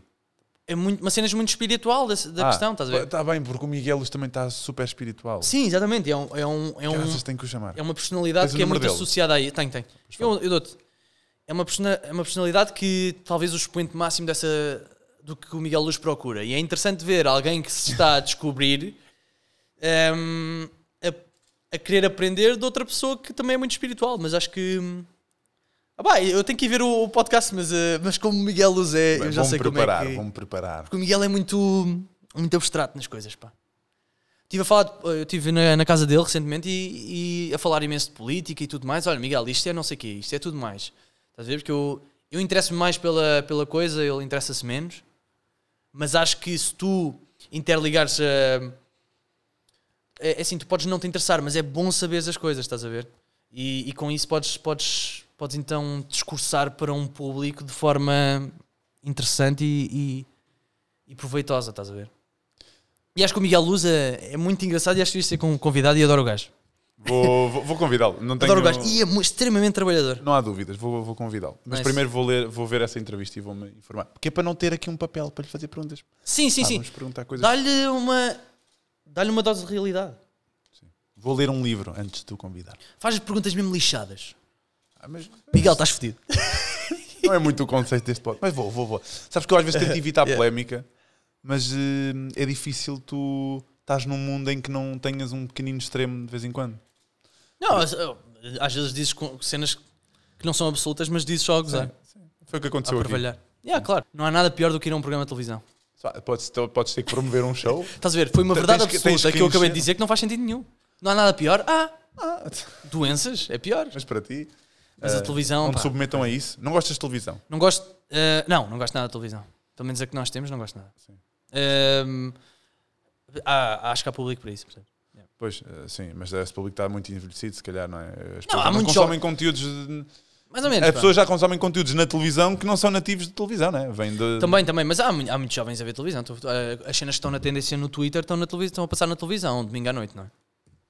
é muito, uma cena muito espiritual da, Ah. da questão, estás a ver? Está tá bem, porque o Miguel Luz também está super espiritual. Sim, exatamente. É, um, é, um, é, um- Graças, tenho que o chamar. é uma personalidade Tens o que é número muito dele? associada aí. Tem, tem. Eu, eu dou-te. É uma, persona- é uma personalidade que talvez o expoente máximo dessa do que o Miguel Luz procura. E é interessante ver alguém que se está a descobrir hum, a, a querer aprender de outra pessoa que também é muito espiritual. Mas acho que. hum, Ah, pá, eu tenho que ir ver o, o podcast, mas, eh, mas como o Miguel Luz é. eu já vamos sei como preparar, é que. vamos preparar. Porque o Miguel é muito, muito abstrato nas coisas, pá. Estive a falar, eu estive na, na casa dele recentemente e, e a falar imenso de política e tudo mais. Olha, Miguel, isto é não sei o quê, isto é tudo mais. Estás a ver? Porque eu, eu interesso-me mais pela, pela coisa, ele interessa-se menos. Mas acho que se tu interligares a. É, é assim, tu podes não te interessar, mas é bom saberes as coisas, estás a ver? E, e com isso podes, podes, podes então discursar para um público de forma interessante e, e, e proveitosa, estás a ver? E acho que o Miguel Lusa é muito engraçado e acho que devia ser con- convidado e adoro o gajo. Vou, vou, vou convidá-lo. Não, tenho, Adoro o gajo. E é mu- extremamente trabalhador. não há dúvidas, vou, vou convidá-lo. Mas Nice. primeiro vou, ler, vou ver essa entrevista e vou-me informar. Porque é para não ter aqui um papel para lhe fazer perguntas. Sim, sim, Ah, sim. Vamos perguntar coisas. Dá-lhe uma. Dá-lhe uma dose de realidade. Vou ler um livro antes de tu convidar. Faz perguntas mesmo lixadas. Ah, mas Miguel, estás fodido. não é muito o conceito deste podcast. Mas vou, vou, vou. Sabes que eu às vezes tento evitar polémica, mas eh, é difícil tu estás num mundo em que não tenhas um pequenino extremo de vez em quando. Não, às- eu- às vezes dizes co- cenas que não são absolutas, mas dizes só a gozar. Foi o que A aconteceu aqui. trabalhar. Yeah, claro. Não há nada pior do que ir a um programa de televisão. Só- Podes, podes ter que promover um show. Estás a ver? Foi uma Tens verdade que- tens absoluta que, que eu acabei encher. de dizer que não faz sentido nenhum. Não há nada pior. Ah, Ah, doenças é pior. mas para ti, Mas a eh, televisão. não te pá. submetam a isso. Não gostas de televisão? Não gosto. eh, não, não gosto nada de televisão. Pelo menos a que nós temos, não gosto nada. Sim. Ehm, há- acho que há público para isso. percebes? Pois, eh, sim, mas esse público está muito envelhecido, se calhar, não é? As Não, pessoas há não muitos consomem conteúdos. de- Mais ou menos. As pá. pessoas já consomem conteúdos na televisão que não são nativos de televisão, não é? Vêm de. Também, também, mas há, mu- há muitos jovens a ver televisão. Tu- eh, As cenas que estão na tendência no Twitter estão, na televisão, estão a passar na televisão, domingo à noite, não é?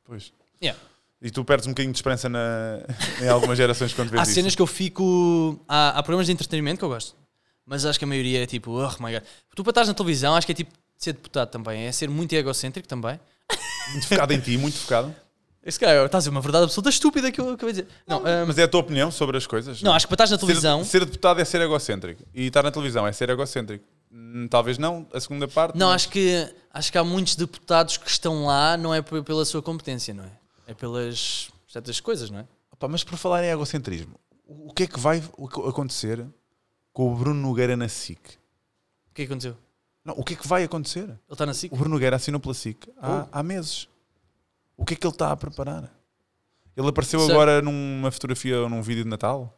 Pois. Yeah. E tu perdes um bocadinho de esperança na, em algumas gerações quando vês Há isso. cenas que eu fico. Há, há programas de entretenimento que eu gosto, mas acho que a maioria é tipo, oh my god. Tu para estás na televisão, acho que é tipo ser deputado também, é ser muito egocêntrico também. Muito focado em ti, muito focado. Esse cara, estás a dizer uma verdade absoluta estúpida que eu acabei de dizer. Não, ehm, Mas é a tua opinião sobre as coisas? não acho que para estás na Ser- televisão. Ser, deputado é ser egocêntrico. E estar na televisão é ser egocêntrico. Hum, Talvez não, a segunda parte. Não, acho que, acho que há muitos deputados que estão lá, não é p- pela sua competência, não é? É pelas certas coisas, não é? Opa, mas por falar em egocentrismo, o o que é que vai o que- acontecer com o Bruno Nogueira na SIC? O que é que aconteceu? Ele Não, o que é que vai acontecer? está na SIC? O Bruno Nogueira assinou pela SIC há, Oh. há meses. O que é que ele está a preparar? Ele apareceu Sei. agora numa fotografia ou num vídeo de Natal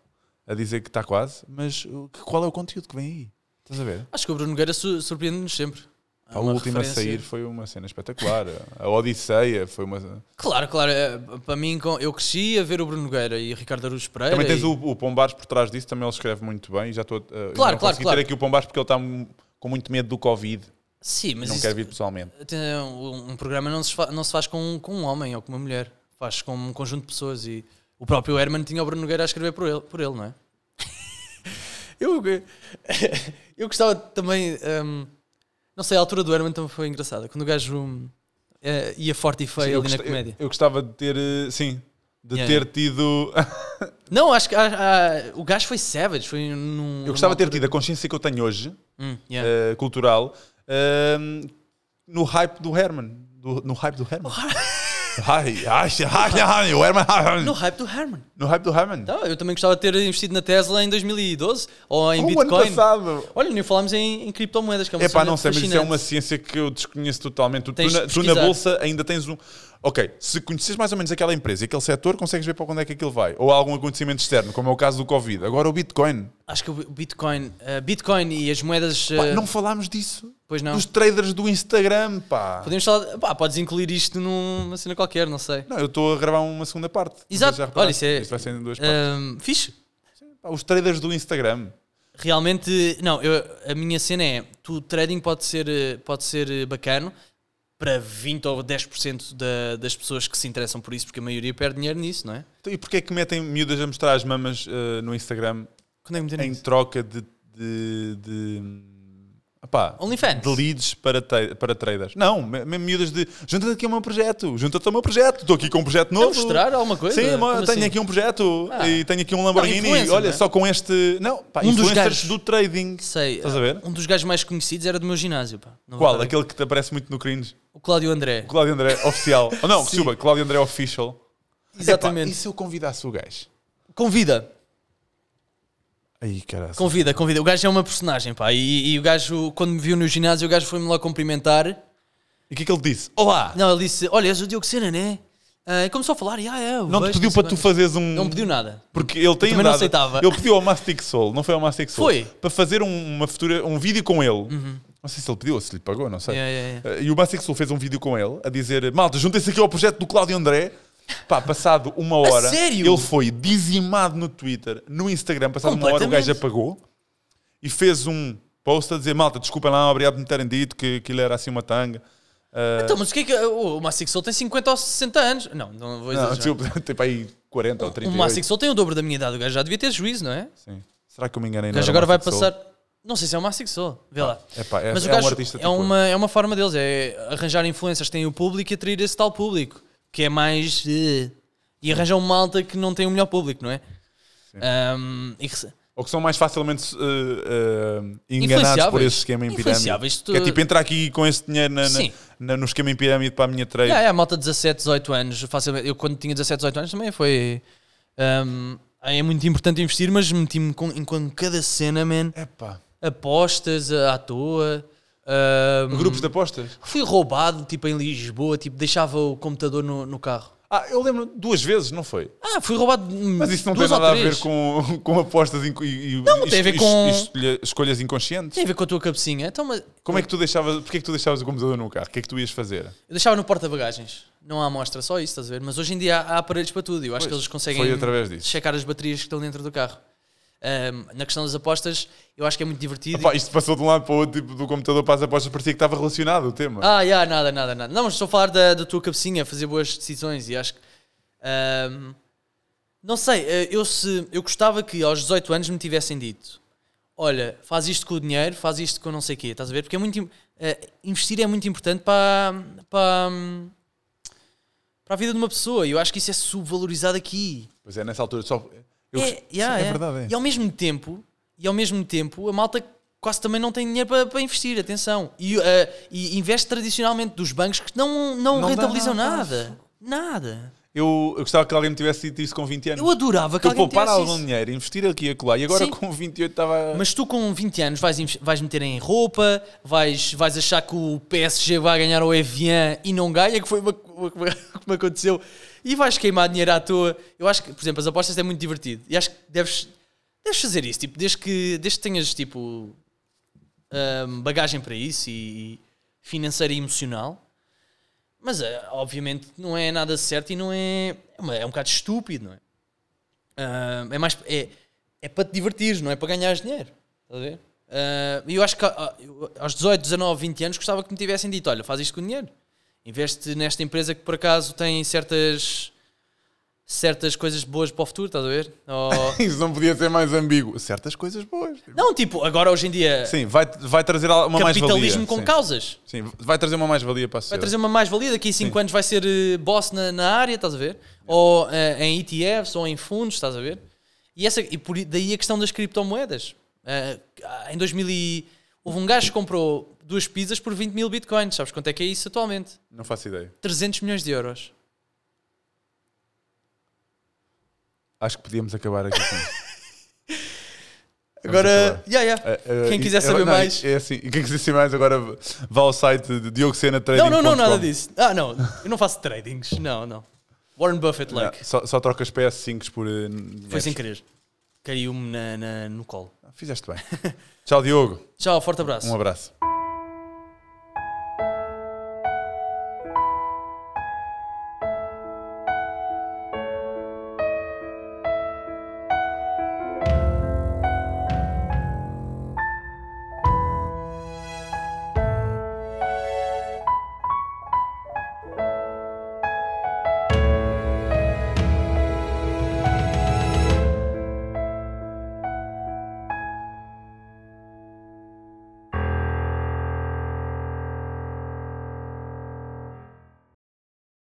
a dizer que está quase, mas o que- qual é o conteúdo que vem aí? Estás a ver? Acho que o Bruno Nogueira su- surpreende-nos sempre. Há a uma última referência. a sair foi uma cena espetacular. A Odisseia foi uma. Claro, claro. é, para mim, com- eu cresci a ver o Bruno Nogueira e o Ricardo Araújo Pereira. Também tens e- o, o Pombares por trás disso, também ele escreve muito bem. e Já estou. a- eu Claro, não claro, consegui claro. ter aqui o Pombares porque ele está mu- com muito medo do Covid. Sim, mas não isso- quer vir pessoalmente. tem- um um programa não se, fa- não se faz com, com um homem ou com uma mulher. Faz com um conjunto de pessoas e o próprio Herman tinha o Bruno Nogueira a escrever por ele, por ele não é? eu, eh, eu gostava também... hum, não sei, a altura do Herman também foi engraçada. Quando o gajo hum, eh, ia forte e feio eu, ali gost- na comédia. eu- eu gostava de ter. eh, Sim. De Yeah, ter tido. Não, acho que ah, ah, o gajo foi savage. Foi num, Eu gostava de ter tido a consciência que eu tenho hoje Hum, yeah. eh, cultural ehm, no hype do Herman. Do- no hype do Herman. ai, ai, ai, ai, o Herman. ai, No hype do Herman. no hype do Herman. Então, eu também gostava de ter investido na Tesla em 2012 ou um em o ano Bitcoin. passado. Olha, nem falámos em, em criptomoedas, que é uma É pá, cena não sei, mas isso é uma fascinante. ciência que eu desconheço totalmente. Tu, tu Tens na, de tu na pesquisar. bolsa ainda tens um. Ok, se conheces mais ou menos aquela empresa e aquele setor, consegues ver para onde é que aquilo vai. Ou há algum acontecimento externo, como é o caso do Covid. Agora o Bitcoin. Acho que o Bitcoin, eh, Bitcoin e as moedas. Pá, eh, não falámos disso. Pois não. Dos traders do Instagram, pá. Podemos falar. Pá, podes incluir isto numa cena qualquer, não sei. Não, eu estou a gravar uma segunda parte. Vocês Exato. já repararam? Olha, isso é- Isto vai ser em duas partes. Ahm, Ehm, fixe. Pá, os traders do Instagram. Realmente, não, eu- a minha cena é: tu, o trading pode ser, eh, pode ser eh, bacano para 20 ou 10% da, das pessoas que se interessam por isso, porque a maioria perde dinheiro nisso, não é? Então, E porquê é que metem miúdas a mostrar as mamas eh, no Instagram Quando é que me em dizem isso? troca de. de, de opá, OnlyFans. de leads para, tra- para traders. Não, me- mesmo miúdas de junta-te aqui ao meu projeto, junta-te ao meu projeto, estou aqui com um projeto novo. É mostrar alguma coisa? Sim, mo- Como tenho assim? aqui um projeto Ah. e tenho aqui um Lamborghini. influencer, olha, não é? só com este. Não, pá, Um dos influencers gajos. do trading. Sei, Estás a ver? Um dos gajos mais conhecidos era do meu ginásio, pá. Não vou Qual? estar a- Aquele que te aparece muito no cringe? O Cláudio André. O Cláudio André Oficial. Ou não, Sim. suba, Cláudio André Official. Epá, Exatamente. e se eu convidasse o gajo? Convida. Aí, caralho. Convida, convida. O gajo é uma personagem, pá. E, e o gajo, quando me viu no ginásio, o gajo foi-me lá cumprimentar. E o que é que ele disse? Olá! Não, ele disse: Olha, és o Diogo Sena, né? Ah, e começou a falar, yeah, yeah, eu Não te vejo pediu esta para tu semana." fazeres um. Não me pediu nada. Porque ele tem Também não andado- aceitava. Ele pediu ao Mastic Soul, não foi ao Mastic Soul? Foi. Uhum. Para fazer um- uma futura, um vídeo com ele. Não sei se ele pediu ou se lhe pagou, não sei. Yeah, yeah, Eh, E o Mastic Soul fez um vídeo com ele a dizer: Malta, juntem-se aqui ao projeto do Cláudio André. Pá, passado uma hora, sério? ele foi dizimado no Twitter, no Instagram. Passado uma hora, o Completamente. gajo apagou e fez um post a dizer: Malta, desculpem lá, obrigado por me terem dito que aquilo era assim uma tanga. Ah. Então, mas o que é que. O, o Massic Soul tem 50 ou 60 anos. Não, não vou Não, exagerar. tipo, tipo aí 40 ou o 38. Massic Soul tem o dobro da minha idade. O gajo já devia ter juízo, não é? Sim. Será que eu me enganei? O não gajo era agora vai Mastic Soul? passar. Não sei se é o Massic Soul. Vê lá. Epá, é, Mas o é gajo um artista é, tipo- uma, é uma forma deles, é arranjar influências que têm o público e atrair esse tal público, que é mais. eh, e arranjam malta que não tem o melhor público, não é? Ahm, e rece- Ou que são mais facilmente eh, eh, enganados por esse esquema em pirâmide. Influenciáveis, tu- Que é tipo, entra aqui com este dinheiro na- na- Sim. na- no esquema em pirâmide para a minha trade. É, é, a malta de 17, 18 anos, facilmente. Eu quando tinha 17, 18 anos também foi. ahm, é muito importante investir, mas meti-me com, em com cada cena, man. Epá. Apostas ah, à toa. ahm, Grupos de apostas? Fui roubado, tipo, em Lisboa, tipo, deixava o computador no, no carro. Ah, eu lembro duas vezes, não foi? Ah, fui roubado. Mas isso não tem duas ou nada a ver três. com, com apostas inco- e, e- não, tem a ver com- escolhas inconscientes. Tem a ver com a tua cabecinha. Então, mas Como é que tu deixavas, porque é que tu deixavas o computador no carro? O que é que tu ias fazer? eu deixava no porta-bagagens. Não há amostra, só isso, estás a ver? Mas hoje em dia há, há aparelhos para tudo. Eu acho Pois, que eles conseguem foi através disso. checar as baterias que estão dentro do carro. Ahm, na questão das apostas, eu acho que é muito divertido. Epá, isto passou de um lado para o outro, tipo, do computador para as apostas, parecia que estava relacionado o tema. Ah, yeah, nada, nada, nada. Não, mas estou a falar da, da tua cabecinha, fazer boas decisões e acho que. ahm, não sei, eh, eu, se, eu gostava que aos 18 anos me tivessem dito: olha, faz isto com o dinheiro, faz isto com não sei o quê, estás a ver? Porque é muito. im- eh, investir é muito importante para, para, hum, para a vida de uma pessoa e eu acho que isso é subvalorizado aqui. Pois é, nessa altura só... Eu- É, yeah, é é. verdade, E é. ao mesmo tempo, e ao mesmo tempo, a malta quase também não tem dinheiro para, para investir, atenção. E, uh, e investe tradicionalmente dos bancos que não, não, Não dá rentabilizam nada. nada. Nada. Eu, eu gostava que alguém me tivesse dito isso com 20 anos. Eu adorava que Tu alguém poupar tivesse algum isso. dinheiro, investir aqui e acolá, e agora Sim. com 28 estava. Mas tu com 20 anos vais, inves- vais meter em roupa, vais, vais achar que o PSG vai ganhar ao Evian e não ganha, que foi uma, uma, uma- como aconteceu, e vais queimar dinheiro à toa. Eu acho que, por exemplo, as apostas é muito divertido e acho que deves, deves fazer isso, tipo, desde que, desde que tenhas tipo hum, bagagem para isso e, e financeira e emocional. Mas eh, obviamente não é nada certo e não é. É, uma- é um bocado estúpido, não é? Ah, é mais. É, é para te divertir, não é para ganhares dinheiro. Estás a ver? Ah, E eu acho que ah, eu, aos 18, 19, 20 anos gostava que me tivessem dito: olha, faz isto com dinheiro. Investe nesta empresa que por acaso tem certas. certas coisas boas para o futuro, estás a ver? Ou- Isso não podia ser mais ambíguo. Certas coisas boas. não, tipo, agora hoje em dia. Sim, vai, vai trazer uma mais-valia. capitalismo com sim. causas. Sim, vai trazer uma mais-valia para a Vai sociedade. trazer uma mais-valia, daqui a 5 anos vai ser eh, boss na, na área, estás a ver? Ou eh, em ETFs, ou em fundos, estás a ver? E, essa, e por, daí a questão das criptomoedas. Eh, em 2000 e- houve um gajo que comprou duas pizzas por 20 mil bitcoins, sabes quanto é que é isso atualmente? Não faço ideia. 300 milhões de euros. Acho que podíamos acabar aqui. Sim. Agora, acabar. yeah, yeah. Eh, eh, quem e- quiser eh, saber não, mais... É assim, quem quiser saber mais agora vá ao site de Não, diogcenatrading.com. não, não, nada disso. Ah, não, eu não faço tradings, não, não. Warren Buffett, Não, like, Ah, só, só trocas PS5 por. eh, foi dinheiros. sem querer. Caiu-me na- na- no colo. Ah, Fizeste bem. Tchau, Diogo. Tchau, forte abraço. Um abraço.